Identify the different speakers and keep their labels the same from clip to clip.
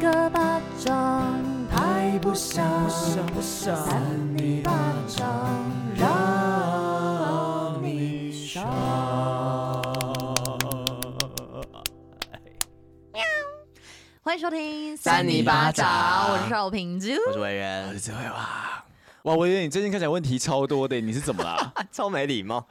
Speaker 1: 个巴掌拍不响，
Speaker 2: 不想
Speaker 1: 扇你巴掌让你伤。欢迎收听《
Speaker 3: 扇你巴掌
Speaker 1: 我是邵平珠。
Speaker 3: 我是伟人，
Speaker 2: 这位哇哇，我觉得你最近看起来问题超多的，你是怎么啦？
Speaker 3: 超没 礼貌。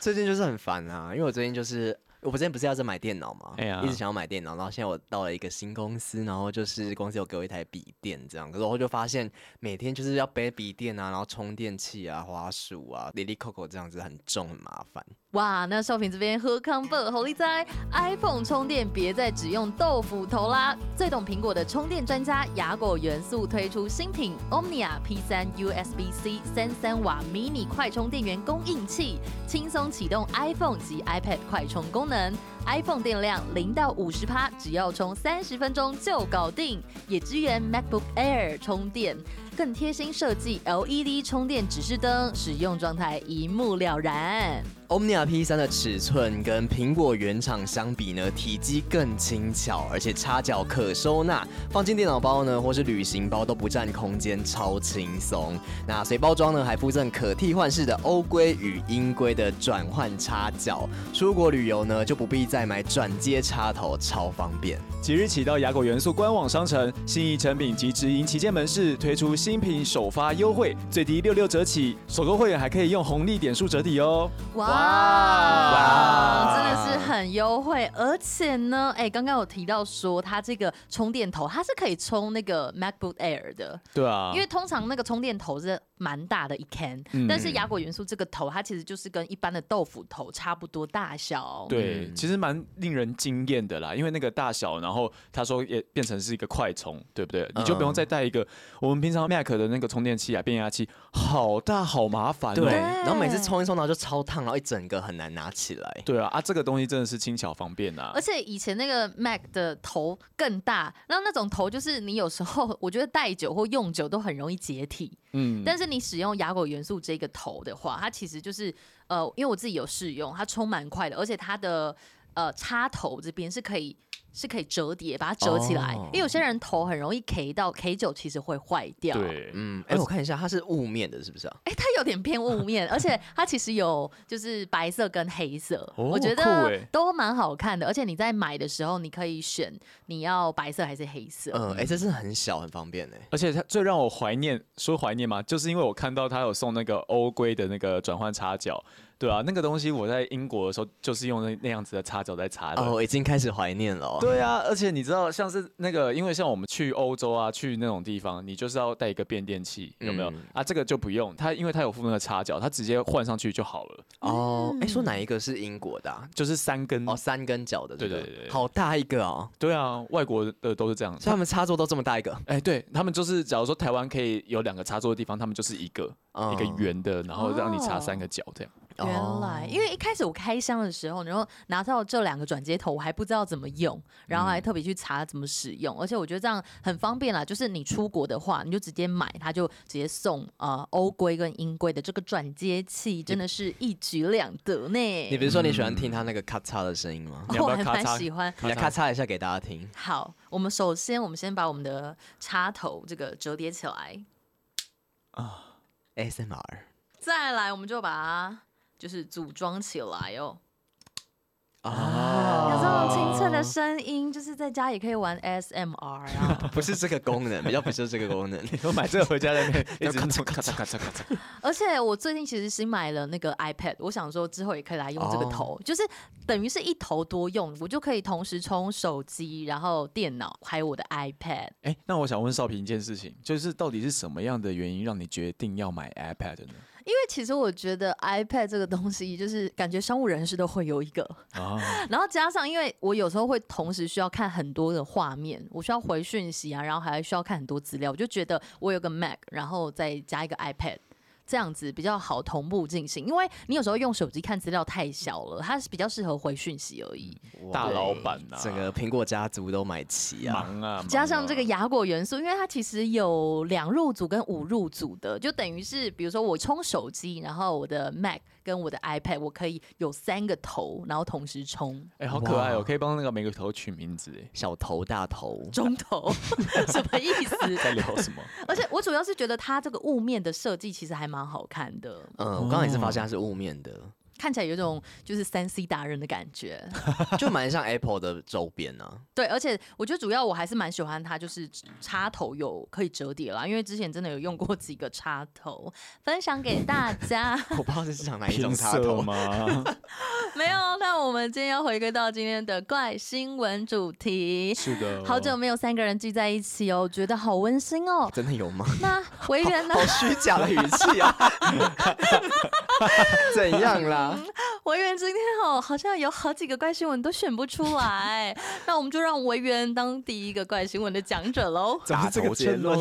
Speaker 3: 最近就是很烦啊，因为我最近就是，我之前不是要在买电脑嘛，
Speaker 2: 哎呀
Speaker 3: 一直想要买电脑，然后现在我到了一个新公司，然后就是公司有给我一台笔电这样，可是我就发现每天就是要背笔电啊，然后充电器啊、花束啊、里里扣扣这样子很重很麻烦。
Speaker 1: 哇，那少平这边喝康贝侯利哉 iPhone 充电别再只用豆腐头啦！最懂苹果的充电专家雅果元素推出新品 Omnia P3 USB-C 三三瓦 mini 快充电源供应器，轻松启动 iPhone 及 iPad 快充功能。iPhone 电量零到五十趴，只要充三十分钟就搞定，也支援 MacBook Air 充电。更贴心设计 LED 充电指示灯，使用状态一目了然。
Speaker 3: Omnia P3 的尺寸跟苹果原厂相比呢，体积更轻巧，而且插脚可收纳，放进电脑包呢或是旅行包都不占空间，超轻松。那随包装呢还附赠可替换式的欧规与英规的转换插脚，出国旅游呢就不必再买转接插头，超方便。
Speaker 2: 即日起到雅果元素官网商城、信义成品及直营旗舰门市推出新品首发优惠，最低六六折起，首购会员还可以用红利点数折抵哦。
Speaker 1: 哇，
Speaker 3: 哇
Speaker 1: 真的是很优惠，而且呢，哎、刚刚有提到说它这个充电头，它是可以充那个 MacBook Air 的，
Speaker 2: 对啊
Speaker 1: 因为通常那个充电头是蛮大的一 can，、
Speaker 2: 嗯
Speaker 1: 但是雅果元素这个头，它其实就是跟一般的豆腐头差不多大小。
Speaker 2: 对，
Speaker 3: 嗯
Speaker 2: 其实蛮令人惊艳的啦，因为那个大小，然后他说也变成是一个快充，对不
Speaker 1: 嗯
Speaker 2: 对？你就不用再带一个我们平常 Mac 的那个充电器啊、变压器，好大好麻烦、哦。
Speaker 3: 对，然后每次充一充，然后就超烫，然后一整个很难拿起来。
Speaker 2: 对啊，啊，这个东西真的是轻巧方便啊
Speaker 1: 而。且以前那个 Mac 的头更大，然后那种头就是你有时候我觉得戴久或用久都很容易解体，
Speaker 2: 嗯，
Speaker 1: 但是你使用雅果元素这个头的话，它其实就是呃，因为我自己有试用，它充蛮快的，而且它的呃插头这边是可以是可以折叠，把它折起来，
Speaker 3: 哦
Speaker 1: 因为有些人头很容易 K 到 K 九，其实会坏掉。
Speaker 2: 对，
Speaker 3: 嗯，哎、我看一下，它是雾面的，是不是啊？
Speaker 1: 哎、它有点偏雾面，而且它其实有就是白色跟黑色，
Speaker 2: 哦
Speaker 1: 我觉
Speaker 2: 酷
Speaker 1: 得
Speaker 2: 欸
Speaker 1: 都蛮好看的。而且你在买的时候，你可以选你要白色还是黑色。
Speaker 3: 嗯，哎、这真的很小，很方便哎、
Speaker 2: 而且它最让我怀念，说怀念嘛，就是因为我看到它有送那个欧规的那个转换插脚，对啊，那个东西我在英国的时候就是用那那样子的插脚在插的。
Speaker 3: 哦，已经开始怀念了、哦。
Speaker 2: 对啊，而且你知道，像是那个，因为像我们去欧洲啊，去那种地方，你就是要带一个变电器，有没有、
Speaker 3: 嗯
Speaker 2: 啊？这个就不用，它因为它有附那个插脚，它直接换上去就好了，
Speaker 3: 哦，哎、说哪
Speaker 1: 嗯
Speaker 3: 一个是英国的、啊？
Speaker 2: 就是三根。
Speaker 3: 哦，三根脚的、这
Speaker 2: 嗯
Speaker 3: 个，
Speaker 2: 对对对对
Speaker 3: 好大一个哦，
Speaker 2: 对啊，外国的都是这样。
Speaker 3: 所以他们插座都这么大一个，
Speaker 2: 哎、对他们就是，假如说台湾可以有两个插座的地方，他们就是一个、
Speaker 3: 嗯
Speaker 2: 一个圆的，然后让你插三个脚这样。
Speaker 1: 原来，
Speaker 2: 哦
Speaker 1: 因为一开始我开箱的时候，然后拿到这两个转接头，我还不知道怎么用，然后
Speaker 2: 嗯
Speaker 1: 还特别去查怎么使用，而且我觉得这样很方便啦。就是你出国的话，你就直接买，它就直接送呃欧规跟英规的这个转接器，真的是一举两得呢。
Speaker 3: 你不是说你喜欢听它那个咔嚓的声音吗？
Speaker 2: 你要
Speaker 1: 我
Speaker 2: 不要
Speaker 1: 还
Speaker 2: 咔
Speaker 1: 蛮
Speaker 2: 嚓
Speaker 1: 喜欢。
Speaker 3: 你来咔嚓一下给大家听。
Speaker 1: 好，我们首先我们先把我们的插头这个折叠起来，
Speaker 3: ASMR，
Speaker 1: 再来我们就把它就是组装起来哦。有这种清脆的声音，就是在家也可以玩 SMR 啊。
Speaker 3: 不是这个功 能，比较不是这个功能。
Speaker 2: 我买这个回家在那 边一直弄咔嚓咔嚓咔嚓。
Speaker 1: 而且我最近其实新买了那个 iPad，我想说之后也可以来用这个头，就是等于是一头多用，我就可以同时充手机，然后电脑还有我的 iPad。
Speaker 2: 哎、那我想问少平一件事情，就是到底是什么样的原因让你决定要买 iPad 呢？
Speaker 1: 因为其实我觉得 iPad 这个东西，就是感觉商务人士都会有一个，
Speaker 2: 啊，
Speaker 1: 然后加上因为我有时候会同时需要看很多的画面，我需要回讯息啊，然后还需要看很多资料，我就觉得我有个 Mac，然后再加一个 iPad。这样子比较好同步进行，因为你有时候用手机看资料太小了，它是比较适合回讯息而已。
Speaker 2: 大老板啊呐、
Speaker 3: 整个苹果家族都买齐啊！
Speaker 2: 忙啊，
Speaker 1: 加上这个
Speaker 2: 忙
Speaker 1: 雅果元素，因为它其实有两入组跟五入组的，就等于是比如说我充手机，然后我的 Mac 跟我的 iPad，我可以有三个头，然后同时充。
Speaker 2: 哎、好可爱哦、
Speaker 3: 哇
Speaker 2: 可以帮那个每个头取名字哎。
Speaker 3: 小头大头，
Speaker 1: 中头 什么意思？
Speaker 2: 在聊什么？
Speaker 1: 而且我主要是觉得它这个雾面的设计其实还蛮好看的，
Speaker 3: 嗯，
Speaker 2: 哦
Speaker 3: 我刚刚也是发现它是雾面的，
Speaker 1: 看起来有一种就是三 C 达人的感觉。
Speaker 3: 就蛮像 Apple 的周边啊。
Speaker 1: 对，而且我觉得主要我还是蛮喜欢它，就是插头有可以折叠啦，因为之前真的有用过几个插头，分享给大家。
Speaker 3: 我不知道这是长哪一种
Speaker 2: 拼
Speaker 3: 插
Speaker 2: 色
Speaker 3: 头，
Speaker 2: 吗？
Speaker 1: 没有，那我们今天要回归到今天的怪新闻主题。
Speaker 2: 是的，
Speaker 1: 好久没有三个人聚在一起哦，觉得好温馨哦。
Speaker 3: 真的有吗？
Speaker 1: 那维园呢？
Speaker 3: 好虚假的语气啊！ 怎样啦？
Speaker 1: 维园今天哦，好像有好几个怪新闻都选不出来，那我们就让维园当第一个怪新闻的讲者喽。
Speaker 2: 怎么这个结论？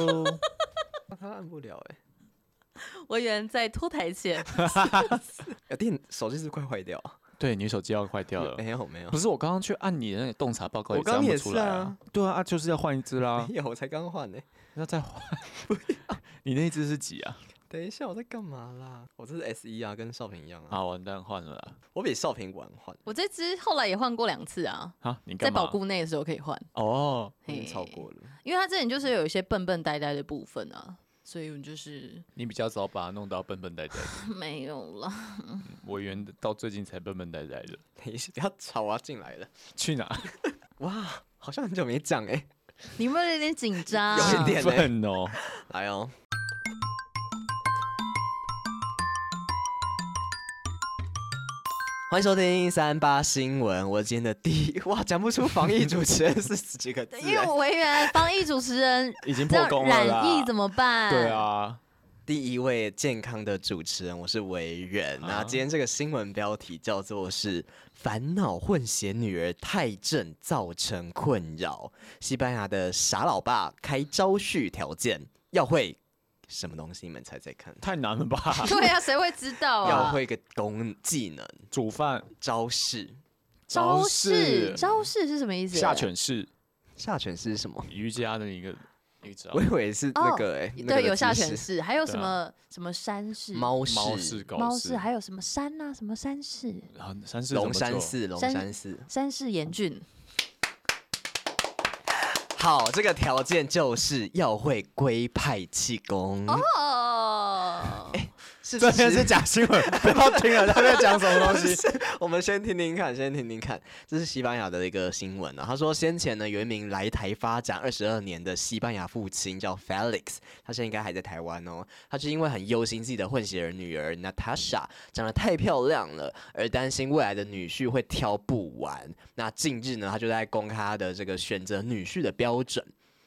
Speaker 3: 他按不了哎、
Speaker 1: 维园在脱台前，
Speaker 3: 有哎电手机是不是快坏掉啊？
Speaker 2: 对，你手机要坏掉了。
Speaker 3: 没有没有
Speaker 2: 不是我刚刚去按你的那个洞察报告，
Speaker 3: 我刚刚
Speaker 2: 也
Speaker 3: 也
Speaker 2: 是按不出
Speaker 3: 是
Speaker 2: 来
Speaker 3: 啊。
Speaker 2: 对啊，啊就是要换一只啦
Speaker 3: 没。有，我才刚换呢。
Speaker 2: 那再换， 你那一只是几啊？
Speaker 3: 等一下，我在干嘛啦？我这是 S 一啊，跟少平一样啊。
Speaker 2: 啊，完蛋，换了啦。
Speaker 3: 我比少平晚换，
Speaker 1: 我这只后来也换过两次啊，
Speaker 2: 啊，你
Speaker 1: 在
Speaker 2: 干嘛？
Speaker 1: 保固内的时候可以换，
Speaker 2: 哦，
Speaker 3: 已经
Speaker 1: 嘿
Speaker 3: 超过了。
Speaker 1: 因为它之前就是有一些笨笨呆呆的部分啊，所以我就是
Speaker 2: 你比较早把它弄到笨笨呆呆的，
Speaker 1: 没有了。
Speaker 2: 我原到最近才笨笨呆呆的。
Speaker 3: 等一下，不要吵啊，进来了。
Speaker 2: 去 哪？
Speaker 3: 哇，好像很久没讲哎、
Speaker 1: 你有没有有点紧张？
Speaker 3: 有一点呢
Speaker 2: 笨哦，
Speaker 3: 来哦，欢迎收听三八新闻。我今天的第 一哇，讲不出防疫主持人是几个字、
Speaker 1: 因为
Speaker 3: 欸。
Speaker 1: 维园防疫主持人
Speaker 2: 已经
Speaker 1: 这
Speaker 2: 破
Speaker 1: 样
Speaker 2: 功了啦
Speaker 1: 染疫怎么办？
Speaker 2: 对，啊，
Speaker 3: 第一位健康的主持人，我是维
Speaker 1: 哦
Speaker 3: 仁。那
Speaker 2: 啊
Speaker 3: 今天这个新闻标题叫做是“烦恼混血女儿太正造成困扰”，西班牙的傻老爸开招婿条件要会什么东西？你们猜猜看，
Speaker 2: 太难了吧？
Speaker 1: 对啊，谁会知道
Speaker 3: 要
Speaker 1: 啊？
Speaker 3: 会一个功技能。
Speaker 2: 煮饭、
Speaker 3: 招式。
Speaker 1: 招式，
Speaker 2: 式、
Speaker 1: 招式是什么意思？
Speaker 2: 下犬式、
Speaker 3: 下犬式是什么？
Speaker 2: 瑜伽的一个一招
Speaker 3: 我，以为是那个哎、那个
Speaker 1: 哦
Speaker 3: 的
Speaker 1: 对，有下
Speaker 3: 姿势
Speaker 1: 犬式，还有
Speaker 2: 对
Speaker 1: 什
Speaker 2: 啊
Speaker 1: 么、什么山式、
Speaker 3: 猫式、
Speaker 2: 猫式、
Speaker 1: 猫
Speaker 2: 高
Speaker 1: 式，还有什么山啊，什么山式、
Speaker 2: 然后山式怎么
Speaker 3: 龙山
Speaker 2: 做，
Speaker 3: 寺、龙
Speaker 1: 山
Speaker 3: 山寺。
Speaker 1: 山式严峻。
Speaker 3: 好，这个条件就是要会龟派气功。
Speaker 1: 哦，
Speaker 3: 是
Speaker 2: 这边
Speaker 3: 实
Speaker 2: 是假新闻， 不要听了，他在讲什么东 西？
Speaker 3: 我们先听听看，先听听看，这是西班牙的一个新闻啊。他说，先前呢有一名来台发展二十二年的西班牙父亲叫 Felix，他现在应该还在台湾哦。他是因为很忧心自己的混血儿女儿 Natasha 长得太漂亮了，而担心未来的女婿会挑不完。那近日呢，他就在公开他的这个选择女婿的标准。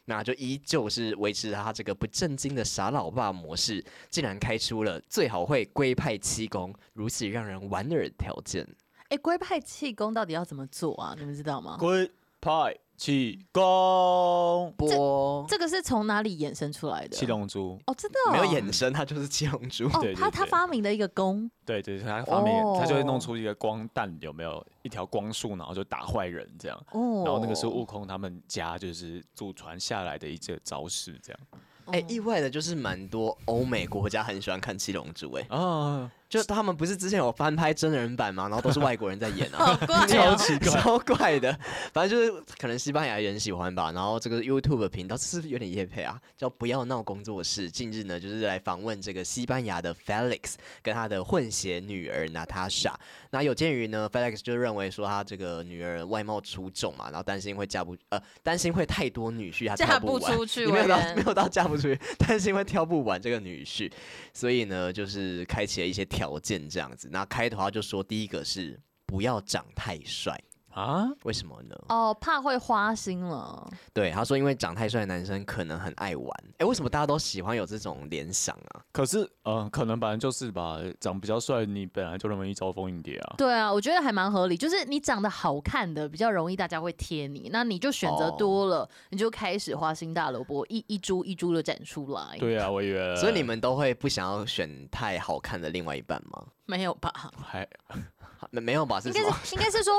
Speaker 3: 那就依旧是维持他这个不正经的傻老爸模式，竟然开出了最好会龟派七公如此让人莞尔的条件。
Speaker 1: 哎，龟派气功到底要怎么做啊？你们知道吗？
Speaker 2: 龟派气功，
Speaker 3: 波
Speaker 1: 这个是从哪里衍生出来的？
Speaker 2: 七龙珠，
Speaker 1: 哦，真的哦
Speaker 3: 没有衍生，它就是七龙珠。
Speaker 1: 哦
Speaker 2: 对，对
Speaker 1: 他他
Speaker 2: 对
Speaker 1: 发明的一个功，
Speaker 2: 对对，他发明
Speaker 1: 哦
Speaker 2: 他就会弄出一个光弹，有没有一条光束，然后就打坏人这样。
Speaker 1: 哦，
Speaker 2: 然后那个是 悟空他们家就是祖传下来的一些招式，这样
Speaker 1: 哦，
Speaker 3: 哎、意外的就是蛮多欧美国家很喜欢看七龙珠、哎，
Speaker 2: 啊，
Speaker 3: 就他们不是之前有翻拍真人版吗？然后都是外国人在演啊。
Speaker 1: 好怪哦
Speaker 2: 超奇怪。
Speaker 3: 超怪的，反正就是可能西班牙人喜欢吧。然后这个 YouTube 频道是不是有点夜配啊？叫“不要闹工作室”。近日呢，就是来访问这个西班牙的 Felix 跟他的混血女儿 Natasha。那有鉴于呢，Felix 就认为说他这个女儿外貌出众嘛，然后担心会嫁不呃，担心会太多女婿，他
Speaker 1: 嫁
Speaker 3: 挑
Speaker 1: 不
Speaker 3: 完
Speaker 1: 出去
Speaker 3: 也没有
Speaker 1: 为
Speaker 3: 到
Speaker 1: 人
Speaker 3: 没有到嫁不出去， 担心会挑不完这个女婿，所以呢，就是开启了一些条件这样子。那开头他就说，第一个是不要长太帅。
Speaker 2: 啊，
Speaker 3: 为什么呢？
Speaker 1: 哦，怕会花心了。
Speaker 3: 对，他说因为长太帅的男生可能很爱玩。哎，为什么大家都喜欢有这种联想啊？
Speaker 2: 可是呃，可能本来就是吧，长比较帅，你本来就容易招蜂引蝶啊。
Speaker 1: 对啊，我觉得还蛮合理，就是你长得好看的比较容易大家会贴你，那你就选
Speaker 2: 哦
Speaker 1: 择多了，你就开始花心大萝卜一一株一株的展出来。，
Speaker 2: 对啊，我以 为
Speaker 3: 所以你们都会不想要选太好看的另外一半吗？
Speaker 1: 没有吧？
Speaker 2: 还
Speaker 3: 没没有吧？是
Speaker 1: 应
Speaker 3: 什
Speaker 1: 该
Speaker 3: 么？
Speaker 1: 是应该是说，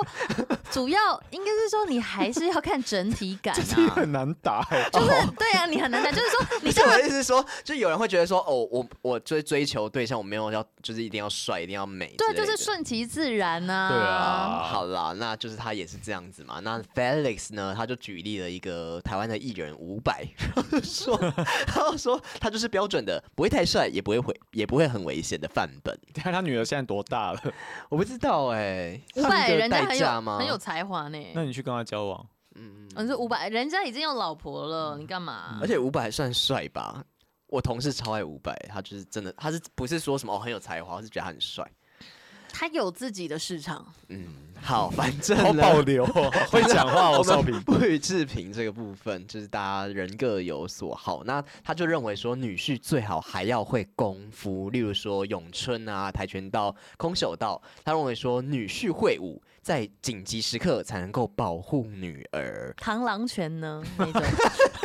Speaker 1: 主要应该是说你还是要看整体感
Speaker 2: 这题
Speaker 1: 啊，
Speaker 2: 很难答欸，
Speaker 1: 就是对啊，你很难讲，就是 说你
Speaker 3: 不
Speaker 1: 这
Speaker 3: 哦是
Speaker 1: 样
Speaker 3: 我的意思是说，就有人会觉得说，哦，我我追追求对象，我没有要，就是一定要帅，一定要美之类
Speaker 1: 对，啊
Speaker 3: 的，
Speaker 1: 就是顺其自然呐、
Speaker 2: 对啊，
Speaker 3: 好啦，那就是他也是这样子嘛。那 Felix 呢，他就举例了一个台湾的艺人伍佰， 说，他就说他就是标准的不会太帅，也不会会也不会很危险的范本。
Speaker 2: 你看他女儿现在多大了？
Speaker 3: 我不知道哎、
Speaker 1: 五百
Speaker 3: 他们的
Speaker 1: 人家
Speaker 3: 代
Speaker 1: 很
Speaker 3: 价
Speaker 1: 有
Speaker 3: 吗？
Speaker 1: 很有才华呢。
Speaker 2: 那你去跟他交往？
Speaker 3: 嗯，
Speaker 1: 你说五百，人家已经有老婆了，你干嘛？啊
Speaker 3: 而且伍佰还算帅吧。我同事超爱伍佰，他就是真的，他是不是说什么哦很有才华，我是觉得他很帅。
Speaker 1: 他有自己的市场，
Speaker 3: 嗯，好，反正
Speaker 2: 好
Speaker 3: 呢
Speaker 2: 保留 哦，会讲话哦，少
Speaker 3: 我
Speaker 2: 平
Speaker 3: 们。不予置评这个部分，就是大家人各有所好。那他就认为说，女婿最好还要会功夫，例如说咏春啊、跆拳道、空手道。他认为说，女婿会武，在紧急时刻才能够保护女儿。
Speaker 1: 螳螂拳呢那种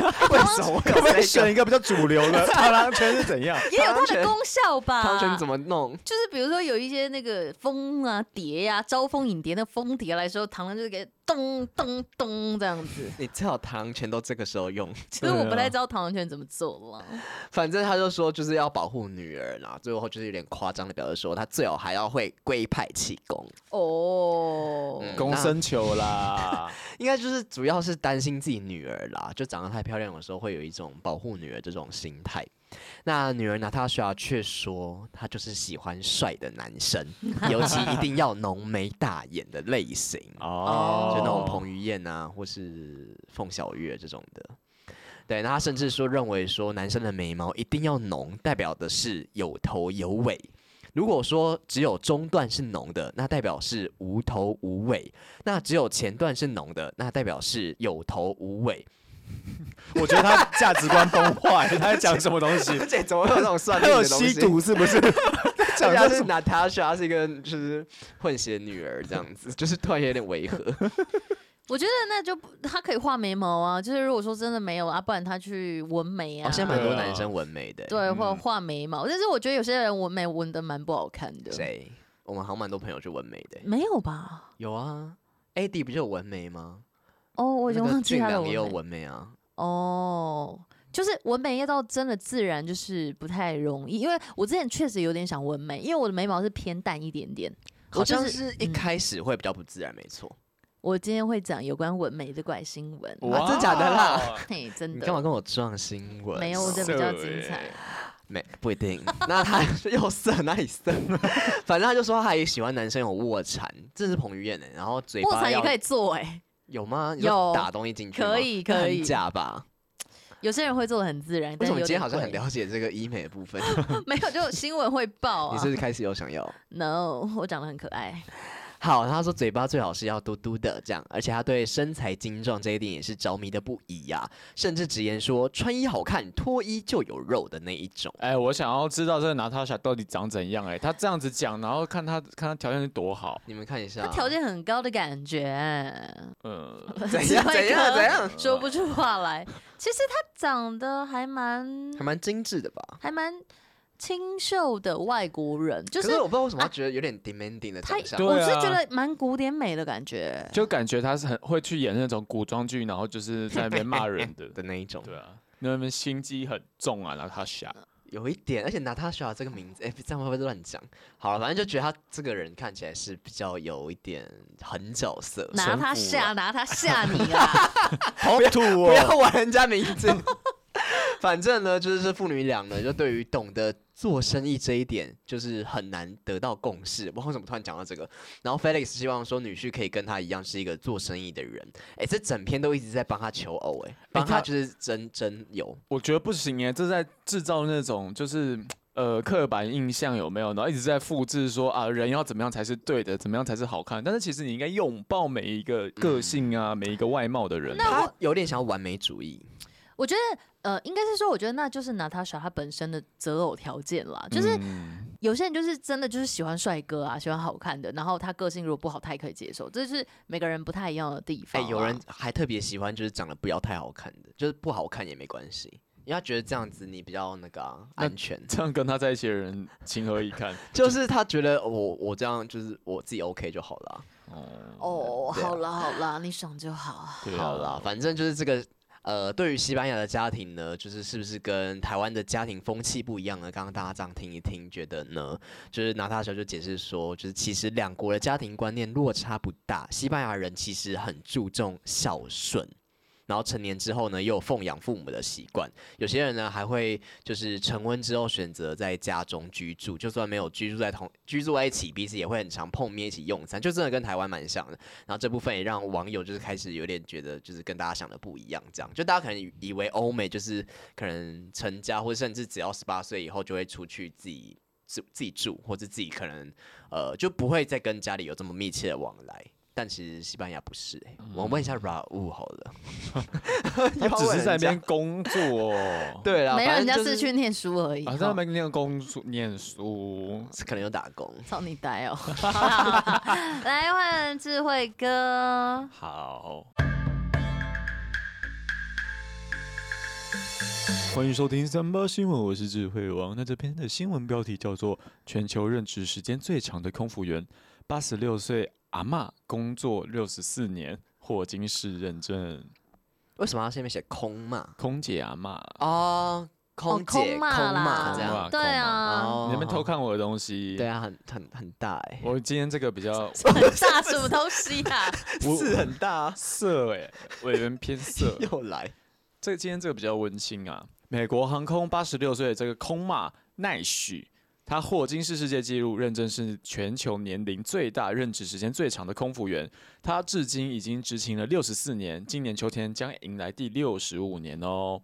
Speaker 3: 为什 么
Speaker 2: 可不可以
Speaker 3: 这
Speaker 2: 选
Speaker 3: 个？
Speaker 2: 一个比较主流 的？螳螂拳是怎样？
Speaker 1: 也有它
Speaker 3: 螳螂
Speaker 1: 的
Speaker 3: 拳
Speaker 1: 功效吧？
Speaker 3: 汤拳怎么弄？
Speaker 1: 就是比如说有一些那个风啊、蝶呀、招蜂引蝶，那蜂蝶来说，螳螂就是给咚咚咚这样子。
Speaker 3: 你最好螳拳都这个时候用。
Speaker 1: 其实我
Speaker 2: 对啊
Speaker 1: 不太知道螳螂拳怎么做了。
Speaker 3: 反正他就说就是要保护女儿啦。最后就是有点夸张的表示说，他最好还要会龟派气功。
Speaker 1: 哦，
Speaker 3: 嗯
Speaker 2: 公生球 啦，
Speaker 3: 应该就是主要是担心自己女儿啦，就长得太漂亮的时候会有一种保护女儿这种心态。那女儿娜塔莎却说，她就是喜欢帅的男生，尤其一定要浓眉大眼的类型，
Speaker 2: 哦
Speaker 3: 就那种彭于晏啊，或是凤小岳这种的。对，那她甚至说认为说男生的眉毛一定要浓，代表的是有头有尾。如果说只有中段是浓的，那代表是无头无尾；那只有前段是浓的，那代表是有头无尾。
Speaker 2: 我觉得他价值观崩坏，他在讲什么东西
Speaker 3: 而？且怎么会 有这种算
Speaker 2: 他
Speaker 3: 命
Speaker 2: 有
Speaker 3: 的东西？
Speaker 2: 吸毒是不 是？
Speaker 3: 而
Speaker 2: 讲
Speaker 3: 且她
Speaker 2: 的
Speaker 3: 是
Speaker 2: 是
Speaker 3: Natasha，她是一个就是混血女儿这样子，就是突然有点违和。
Speaker 1: 我觉得那就不，他可以画眉毛啊，就是如果说真的没有啊，不然他去纹眉啊。
Speaker 3: 好像蛮多
Speaker 2: 对啊
Speaker 3: 男生纹眉的、欸。
Speaker 1: 对，或者
Speaker 3: 嗯
Speaker 1: 画眉毛，但是我觉得有些人纹眉纹的蛮不好看的。
Speaker 3: 谁？我们好像蛮多朋友去纹眉的欸、
Speaker 1: 没有吧？
Speaker 3: 有啊，AD 不就有纹眉吗？
Speaker 1: 哦，我已经
Speaker 3: 那个
Speaker 1: 忘记
Speaker 3: 俊
Speaker 1: 他的
Speaker 3: 良也有
Speaker 1: 纹眉。
Speaker 3: 纹眉啊。
Speaker 1: 哦，就是纹眉要到真的自然，就是不太容易。因为我之前确实有点想纹眉，因为我的眉毛是偏淡一点点。我
Speaker 3: 好
Speaker 1: 就
Speaker 3: 像
Speaker 1: 是
Speaker 3: 是一
Speaker 1: 嗯
Speaker 3: 开始会比较不自然，没错。
Speaker 1: 我今天会讲有关纹眉的怪新闻。
Speaker 3: 啊真假的啦
Speaker 2: 哇？
Speaker 1: 嘿，真
Speaker 3: 你
Speaker 1: 的
Speaker 3: 干嘛跟我撞新闻？啊
Speaker 1: 没有，我
Speaker 2: 在
Speaker 1: 的比较精彩。
Speaker 3: 没不一定。那他又色哪里色？反正他就说他也喜欢男生有卧蚕，这是彭于晏的。欸然后嘴
Speaker 1: 卧
Speaker 3: 巴
Speaker 1: 蚕也
Speaker 3: 要
Speaker 1: 可以做哎，
Speaker 3: 有吗？你说
Speaker 1: 有
Speaker 3: 打东西进去吗
Speaker 1: 可以
Speaker 3: 那
Speaker 1: 可
Speaker 3: 很
Speaker 1: 以
Speaker 3: 假吧？
Speaker 1: 有些人会做的很自然，
Speaker 3: 为
Speaker 1: 但
Speaker 3: 什
Speaker 1: 是
Speaker 3: 么
Speaker 1: 有
Speaker 3: 今天
Speaker 1: 点
Speaker 3: 好像很
Speaker 1: 贵
Speaker 3: 了解这个医美的部分？
Speaker 1: 没有，就新闻会 报
Speaker 3: 你
Speaker 1: 啊
Speaker 3: 是。不是开始有想要？
Speaker 1: No，我长得很可爱。
Speaker 3: 好，他说嘴巴最好是要嘟嘟的这样，而且他对身材精壮这一点也是着迷的不已呀、甚至直言说穿衣好看，脱衣就有肉的那一种。
Speaker 2: 哎、我想要知道这个娜塔莎到底长怎样、哎，她这样子讲，然后看她看她条件是多好。
Speaker 3: 你们看一下
Speaker 1: 他
Speaker 3: 啊，
Speaker 1: 条件很高的感觉，
Speaker 2: 嗯，
Speaker 3: 怎
Speaker 1: 只
Speaker 3: 样
Speaker 1: 会
Speaker 3: 怎样
Speaker 1: 咳
Speaker 3: 怎样，
Speaker 1: 说不出话来。其实他长得还蛮
Speaker 3: 还蛮精致的吧？
Speaker 1: 还蛮清秀的外国人，就
Speaker 3: 可
Speaker 1: 是啊
Speaker 3: 是我不知道为什么他觉得有点 demanding 的
Speaker 1: 他
Speaker 3: 长，相。。
Speaker 2: 对
Speaker 1: 我是
Speaker 2: 啊
Speaker 1: 觉得蛮古典美的感觉。
Speaker 2: 就感觉她是很会去演那种古装剧，然后就是在那边骂人的
Speaker 3: 的那一种，
Speaker 2: 对啊，那边心机很重啊，娜塔莎。
Speaker 3: 有一点，而且 Natasha 这个名字，哎、这样会不会乱讲？好了，反正就觉得他这个人看起来是比较有一点狠角色，
Speaker 1: 拿
Speaker 3: 城
Speaker 1: 他
Speaker 3: 府
Speaker 1: 吓，拿他吓你啊 啦！
Speaker 2: 好土
Speaker 3: 不
Speaker 2: 哦！
Speaker 3: 要玩人家名字。 反正呢，就是这父女俩呢，就对于懂得做生意这一点，就是很难得到共识。我为什么突然讲到这个？然后 Felix 希望说女婿可以跟他一样是一个做生意的人。哎、这整篇都一直在帮他求偶、哎，帮他
Speaker 2: 他
Speaker 3: 就是争争友。
Speaker 2: 我觉得不行哎，这在制造那种就是呃刻板印象有没有？然后一直在复制说啊，人要怎么样才是对的，怎么样才是好看。但是其实你应该拥抱每一个个性啊，每一个外貌的人。
Speaker 3: 他有点想要完美主义，
Speaker 1: 我觉得，呃，应该是说，我觉得那就是拿他耍他本身的择偶条件啦。就是
Speaker 2: 嗯
Speaker 1: 有些人就是真的就是喜欢帅哥啊，喜欢好看的，然后他个性如果不好，他也可以接受，这就是每个人不太一样的地
Speaker 3: 哎、
Speaker 1: 方啦。
Speaker 3: 有人还特别喜欢就是长得不要太好看的，就是不好看也没关系，因为他觉得这样子你比较那个啊、
Speaker 2: 那
Speaker 3: 安全，
Speaker 2: 这样跟他在一起的人情何以堪？
Speaker 3: 就是他觉得我我这样就是我自己 OK 就好了啊。
Speaker 2: 哦，
Speaker 1: 哦，
Speaker 3: 对啊
Speaker 1: 好啦好啦，你爽就好。
Speaker 2: 对啊
Speaker 3: 好啦，，反正就是这个。呃，对于西班牙的家庭呢，就是是不是跟台湾的家庭风气不一样呢？刚刚大家这样听一听，觉得呢，就是娜塔莎就解释说，就是其实两国的家庭观念落差不大，西班牙人其实很注重孝顺。然后成年之后呢，又有奉养父母的习惯。有些人呢，还会就是成婚之后选择在家中居住，就算没有居住在同居住在一起，彼此也会很常碰面一起用餐，就真的跟台湾蛮像的。然后这部分也让网友就是开始有点觉得，就是跟大家想的不一样，这样就大家可能以以为欧美就是可能成家，或者甚至只要十八岁以后就会出去自己自自己住，或者自己可能呃就不会再跟家里有这么密切的往来。但其实西班牙不是、欸，我问一下 Raul 好了，
Speaker 2: 他只是在那
Speaker 3: 边。，
Speaker 2: 边工作哦
Speaker 3: 对啦，
Speaker 1: 没有，
Speaker 3: 反
Speaker 1: 人
Speaker 3: 正
Speaker 1: 家
Speaker 3: 就是
Speaker 1: 去念书而已。
Speaker 2: 啊，在那边念工作念书，
Speaker 3: 可能有打工。
Speaker 1: 操你呆 哦！好啦好啦好啦来换智慧哥，哦
Speaker 2: 好。欢迎收听三八新闻，我是智慧王。那这篇的新闻标题叫做《全球任职时间最长的空服员》，八十六岁阿嬷工作六十四年，霍金氏认证，
Speaker 3: 为什么要下面写空嘛？
Speaker 2: 空姐阿嬷。
Speaker 3: 哦，空姐、
Speaker 1: 空
Speaker 3: 空
Speaker 1: 骂
Speaker 3: 嘛
Speaker 1: 啦，
Speaker 3: 这
Speaker 2: 空骂
Speaker 3: 样。
Speaker 1: 对 啊，
Speaker 3: 哦
Speaker 2: 你们偷看我的东西？
Speaker 3: 对啊，很很很大哎、
Speaker 2: 我今天这个比较
Speaker 1: 很 大什么东西啊？
Speaker 2: 我
Speaker 3: 是很大、啊，。
Speaker 2: 色哎、我有点偏色
Speaker 3: 又来。
Speaker 2: 这今天这个比较温馨啊。美国航空八十六岁的这个空骂奈许，他霍金氏世界纪录认证是全球年龄最大、任职时间最长的空服员。他至今已经执勤了六十四年，今年秋天将迎来第六十五年哦。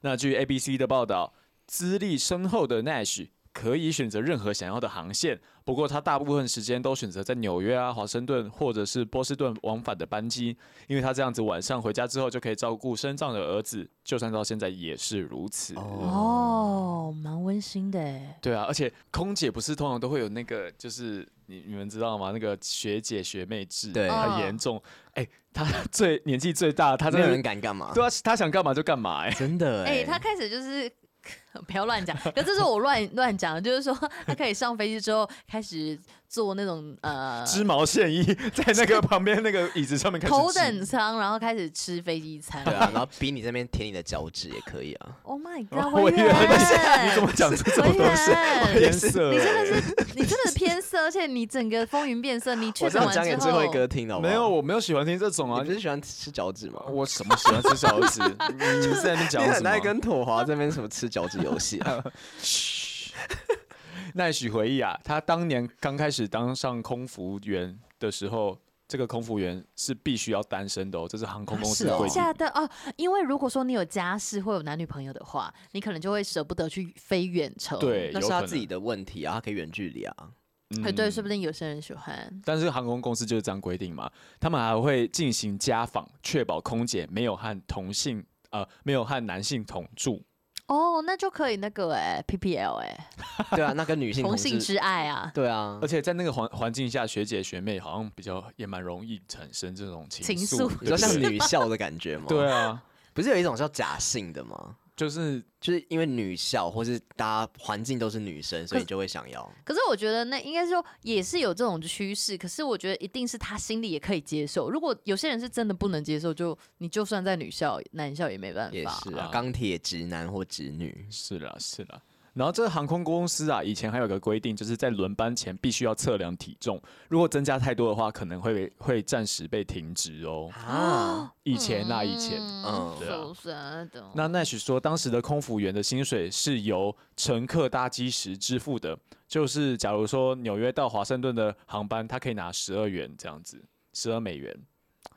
Speaker 2: 那据 ABC 的报道，资历深厚的奈许可以选择任何想要的航线，不过他大部分时间都选择在纽约啊、华盛顿或者是波士顿往返的班机，因为他这样子晚上回家之后就可以照顾身障的儿子，就算到现在也是如此。
Speaker 1: 哦，蛮温馨的哎。
Speaker 2: 对啊，而且空姐不是通常都会有那个，就是你你们知道吗？那个学姐学妹制，
Speaker 3: 对
Speaker 1: 嗯
Speaker 2: 很严重。哎、她 最年纪最大，她
Speaker 3: 他
Speaker 2: 在
Speaker 3: 没
Speaker 2: 那
Speaker 3: 有
Speaker 2: 边
Speaker 3: 人敢干嘛？
Speaker 2: 对啊，她想干嘛就干嘛、哎，
Speaker 3: 真的哎、
Speaker 1: 哎，他开始就是。 不要乱讲，可这是我乱乱讲的，就是说他可以上飞机之后开始做那种呃
Speaker 2: 织毛线衣在那个旁边那个椅子上面开始织。
Speaker 1: 头等舱，然后开始吃飞机餐。
Speaker 3: 对啊，然后逼你这边舔你的脚趾也可以啊。
Speaker 1: Oh my
Speaker 2: 然
Speaker 1: god！
Speaker 2: 后我以为你怎么
Speaker 1: 远，
Speaker 2: 讲出这种东西？
Speaker 1: 文
Speaker 2: 偏
Speaker 1: 远
Speaker 2: 色、
Speaker 1: 你真
Speaker 2: 哎
Speaker 1: 的是你真的是偏色，而且你整个风云变色，你确
Speaker 3: 我这
Speaker 1: 诊
Speaker 3: 样
Speaker 1: 完
Speaker 3: 讲给
Speaker 1: 之
Speaker 3: 智
Speaker 1: 后
Speaker 3: 慧，哥听的好不好
Speaker 2: 没有，，我没有喜欢听这种啊
Speaker 3: 你不。是喜欢吃脚趾吗？
Speaker 2: 我什么喜欢吃小儿子？ 你你在那边
Speaker 3: 你
Speaker 2: 讲什
Speaker 3: 很爱
Speaker 2: 么？啊
Speaker 3: 跟妥华 这边什么吃脚趾游戏 啊？
Speaker 2: 奈许回忆啊，他当年刚开始当上空服员的时候，这个空服员是必须要单身的哦，这是航空公司
Speaker 3: 是
Speaker 2: 的
Speaker 3: 哦
Speaker 2: 规定。
Speaker 1: 假的哦，因为如果说你有家室或有男女朋友的话，你可能就会舍不得去飞远程。
Speaker 2: 对
Speaker 3: 那是
Speaker 2: 有
Speaker 3: 他
Speaker 2: 可
Speaker 3: 自己
Speaker 2: 能
Speaker 3: 的问题啊，他可以远距离啊。
Speaker 1: 哎，对，
Speaker 2: 嗯
Speaker 1: 说不定有些人喜欢。
Speaker 2: 但是航空公司就是这样规定嘛，他们还会进行家访，确保空姐没有和同性呃没有和男性同住。
Speaker 1: 哦，那就可以那个哎，PPL 哎，
Speaker 3: 对啊，那跟女性
Speaker 1: 同
Speaker 3: 同
Speaker 1: 性
Speaker 3: 志
Speaker 1: 之爱啊，
Speaker 3: 对啊
Speaker 2: 而，且在那个环环境下，学姐学妹好像比较也蛮容易产生这种情
Speaker 1: 情愫
Speaker 2: 愫，
Speaker 3: 你
Speaker 2: 对
Speaker 3: 知道
Speaker 2: 不
Speaker 3: 像
Speaker 2: 对
Speaker 3: 女校的感觉吗？
Speaker 2: 对，啊，
Speaker 3: 不是有一种叫假性的吗？
Speaker 2: 就是
Speaker 3: 就是因为女校或是大家环境都是女生，所以
Speaker 1: 可是
Speaker 3: 就会想要。
Speaker 1: 可是我觉得那应该说也是有这种趋势，可是我觉得一定是他心里也可以接受。如果有些人是真的不能接受，就你就算在女校、男校也没办
Speaker 3: 也
Speaker 1: 法。
Speaker 3: 是啊
Speaker 2: 啊，
Speaker 3: 钢铁直男或直女，
Speaker 2: 是啦，是啦。然后这个航空公司啊，以前还有个规定，就是在轮班前必须要测量体重，如果增加太多的话，可能会会暂时被停职哦。
Speaker 3: 啊，
Speaker 2: 以前啦，哎以前。
Speaker 1: 嗯
Speaker 3: 嗯，
Speaker 2: 对啊
Speaker 1: 受伤的。
Speaker 2: 那奈许说，当时的空服员的薪水是由乘客搭机时支付的，就是假如说纽约到华盛顿的航班，他可以拿十二元这样子，十二美元，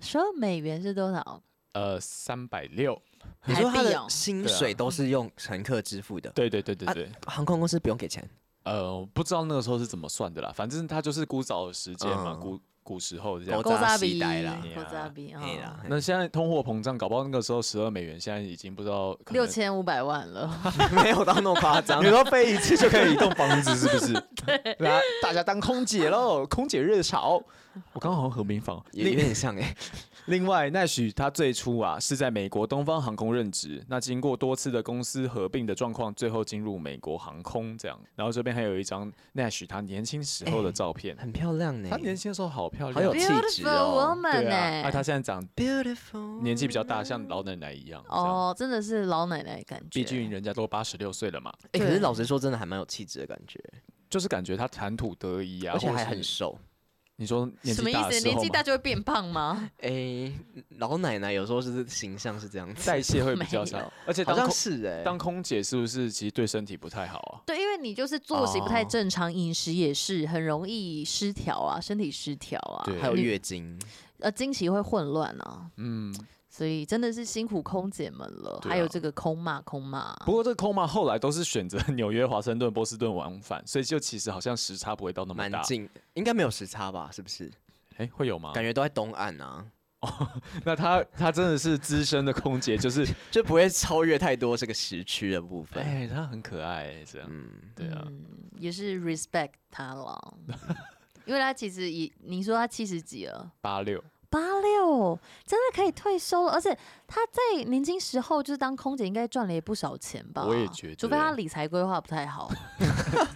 Speaker 1: 十二美元是多少？
Speaker 2: 呃，三百六。
Speaker 3: 你说
Speaker 1: 台
Speaker 3: 他
Speaker 1: 币
Speaker 3: 的
Speaker 1: 哦
Speaker 3: 薪
Speaker 2: 对啊
Speaker 3: 水都是用乘客支付的，
Speaker 2: 对对对对
Speaker 3: 啊
Speaker 2: 对，
Speaker 3: 航空公司不用给钱。
Speaker 2: 呃，我不知道那个时候是怎么算的啦，反正他就是古早的时间嘛，
Speaker 3: 嗯
Speaker 2: 古古时候这样
Speaker 3: 我。
Speaker 1: 勾扎
Speaker 3: 时
Speaker 1: 比，
Speaker 3: 代啦
Speaker 1: 勾扎比啊，
Speaker 3: 对啦，
Speaker 2: 那现在通货膨胀，搞不好那个时候十二美元，现在已经不知道可能
Speaker 1: 六。千五百万了。
Speaker 3: 没有到那么夸张
Speaker 2: 你。说飞啊一次就可以一栋房子，是不是？对，大家当空姐喽，空姐热潮。我刚刚好像和平房。
Speaker 3: 也有
Speaker 2: 另
Speaker 3: 点像哎、
Speaker 2: 另外，奈许他最初啊是在美国东方航空任职，那经过多次的公司合并的状况，最后进入美国航空这样。然后这边还有一张奈许他年轻时候的照片，
Speaker 3: 很漂亮欸呢、
Speaker 2: 他年轻的时候好漂亮，
Speaker 3: 好有气质
Speaker 1: Beautiful
Speaker 3: 哦
Speaker 1: woman
Speaker 2: 对啊，
Speaker 1: 哎、
Speaker 2: 啊，他现在长
Speaker 3: beautiful，
Speaker 2: 年纪比较大，像老奶奶一样。哦，
Speaker 1: 哦，真的是老奶奶的感觉。
Speaker 2: 毕竟人家都八十六岁了嘛，
Speaker 3: 哎、可
Speaker 1: 对
Speaker 3: 是老实说，真的还蛮有气质的感觉，
Speaker 2: 就是感觉他谈吐得意啊，
Speaker 3: 而且
Speaker 2: 或
Speaker 3: 还
Speaker 2: 是
Speaker 3: 很瘦。
Speaker 2: 你说年
Speaker 1: 什么
Speaker 2: 纪
Speaker 1: 意
Speaker 2: 大的
Speaker 1: 思？
Speaker 2: 时
Speaker 1: 年
Speaker 2: 候
Speaker 1: 纪
Speaker 2: 嘛
Speaker 1: 大，就会变胖吗？
Speaker 3: 哎、老奶奶有时候是形象是这样子，
Speaker 2: 代谢会比较
Speaker 1: 没
Speaker 2: 差
Speaker 1: 有，
Speaker 2: 而且
Speaker 3: 好
Speaker 2: 当
Speaker 3: 像
Speaker 2: 空
Speaker 3: 是哎、
Speaker 2: 当空姐是不是其实对身体不太好啊？
Speaker 1: 对，因为你就是作息不太
Speaker 3: 哦
Speaker 1: 正常，饮食也是很容易失调啊，身体失调啊，
Speaker 2: 对
Speaker 3: 还有
Speaker 1: 你
Speaker 3: 月经，
Speaker 1: 呃经期会混乱啊，
Speaker 2: 嗯，
Speaker 1: 所以真的是辛苦空姐们了，
Speaker 2: 对啊
Speaker 1: 还有这个空骂空骂，
Speaker 2: 不过这个 Koma 后来都是选择 纽约、华盛顿、波士顿往返，所以就其实好像时差不会到那么
Speaker 3: 蛮
Speaker 2: 大。
Speaker 3: 近，应该没有时差吧？是不是？
Speaker 2: 哎，会有吗？
Speaker 3: 感觉都在东岸啊，
Speaker 2: 那他他真的是资深的空姐， 就是
Speaker 3: 就不会超越太多这个时区的部分。
Speaker 2: 哎，他很可爱，这样
Speaker 3: 嗯，
Speaker 2: 对啊。
Speaker 1: 嗯，也是 respect 他了，因为他其实也你说他七十几了。
Speaker 2: 八六
Speaker 1: 八六真的可以退休了，而且他在年轻时候就是当空姐，应该赚了也不少钱吧？
Speaker 2: 我也觉得欸
Speaker 1: 除非他理财规划不 太好，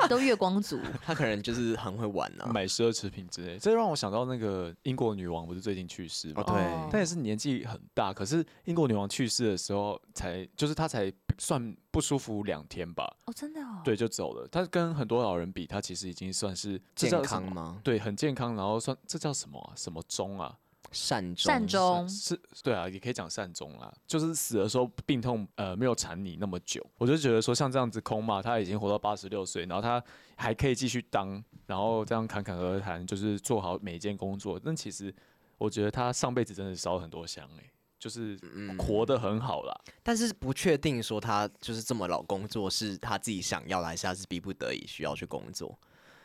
Speaker 1: 都月光族。
Speaker 3: 他可能就是很会玩啊。
Speaker 2: 买奢侈品之类，这让我想到那个英国女王不是最近去世吗
Speaker 3: 哦？对
Speaker 1: 哦
Speaker 2: 但也是年纪很大，可是英国女王去世的时候才，就是她才算不舒服两天吧，
Speaker 1: 哦，真的哦，
Speaker 2: 对，就走了。她跟很多老人比，她其实已经算是这
Speaker 3: 健
Speaker 2: 叫什
Speaker 3: 康
Speaker 2: 么
Speaker 3: 吗？
Speaker 2: 对，很健康，然后算这叫什么啊、什么钟啊？
Speaker 3: 善终。
Speaker 1: 善终
Speaker 2: 是，是对啊，也可以讲善终啦，就是死的时候病痛呃没有缠你那么久。我就觉得说，像这样子空嘛，他已经活到八十六岁，然后他还可以继续当，然后这样侃侃而谈，就是做好每一件工作。那其实我觉得他上辈子真的烧很多香哎、就是
Speaker 3: 嗯
Speaker 2: 活得很好啦。
Speaker 3: 但是不确定说他就是这么老工作是他自己想要的，还是他是逼不得已需要去工作？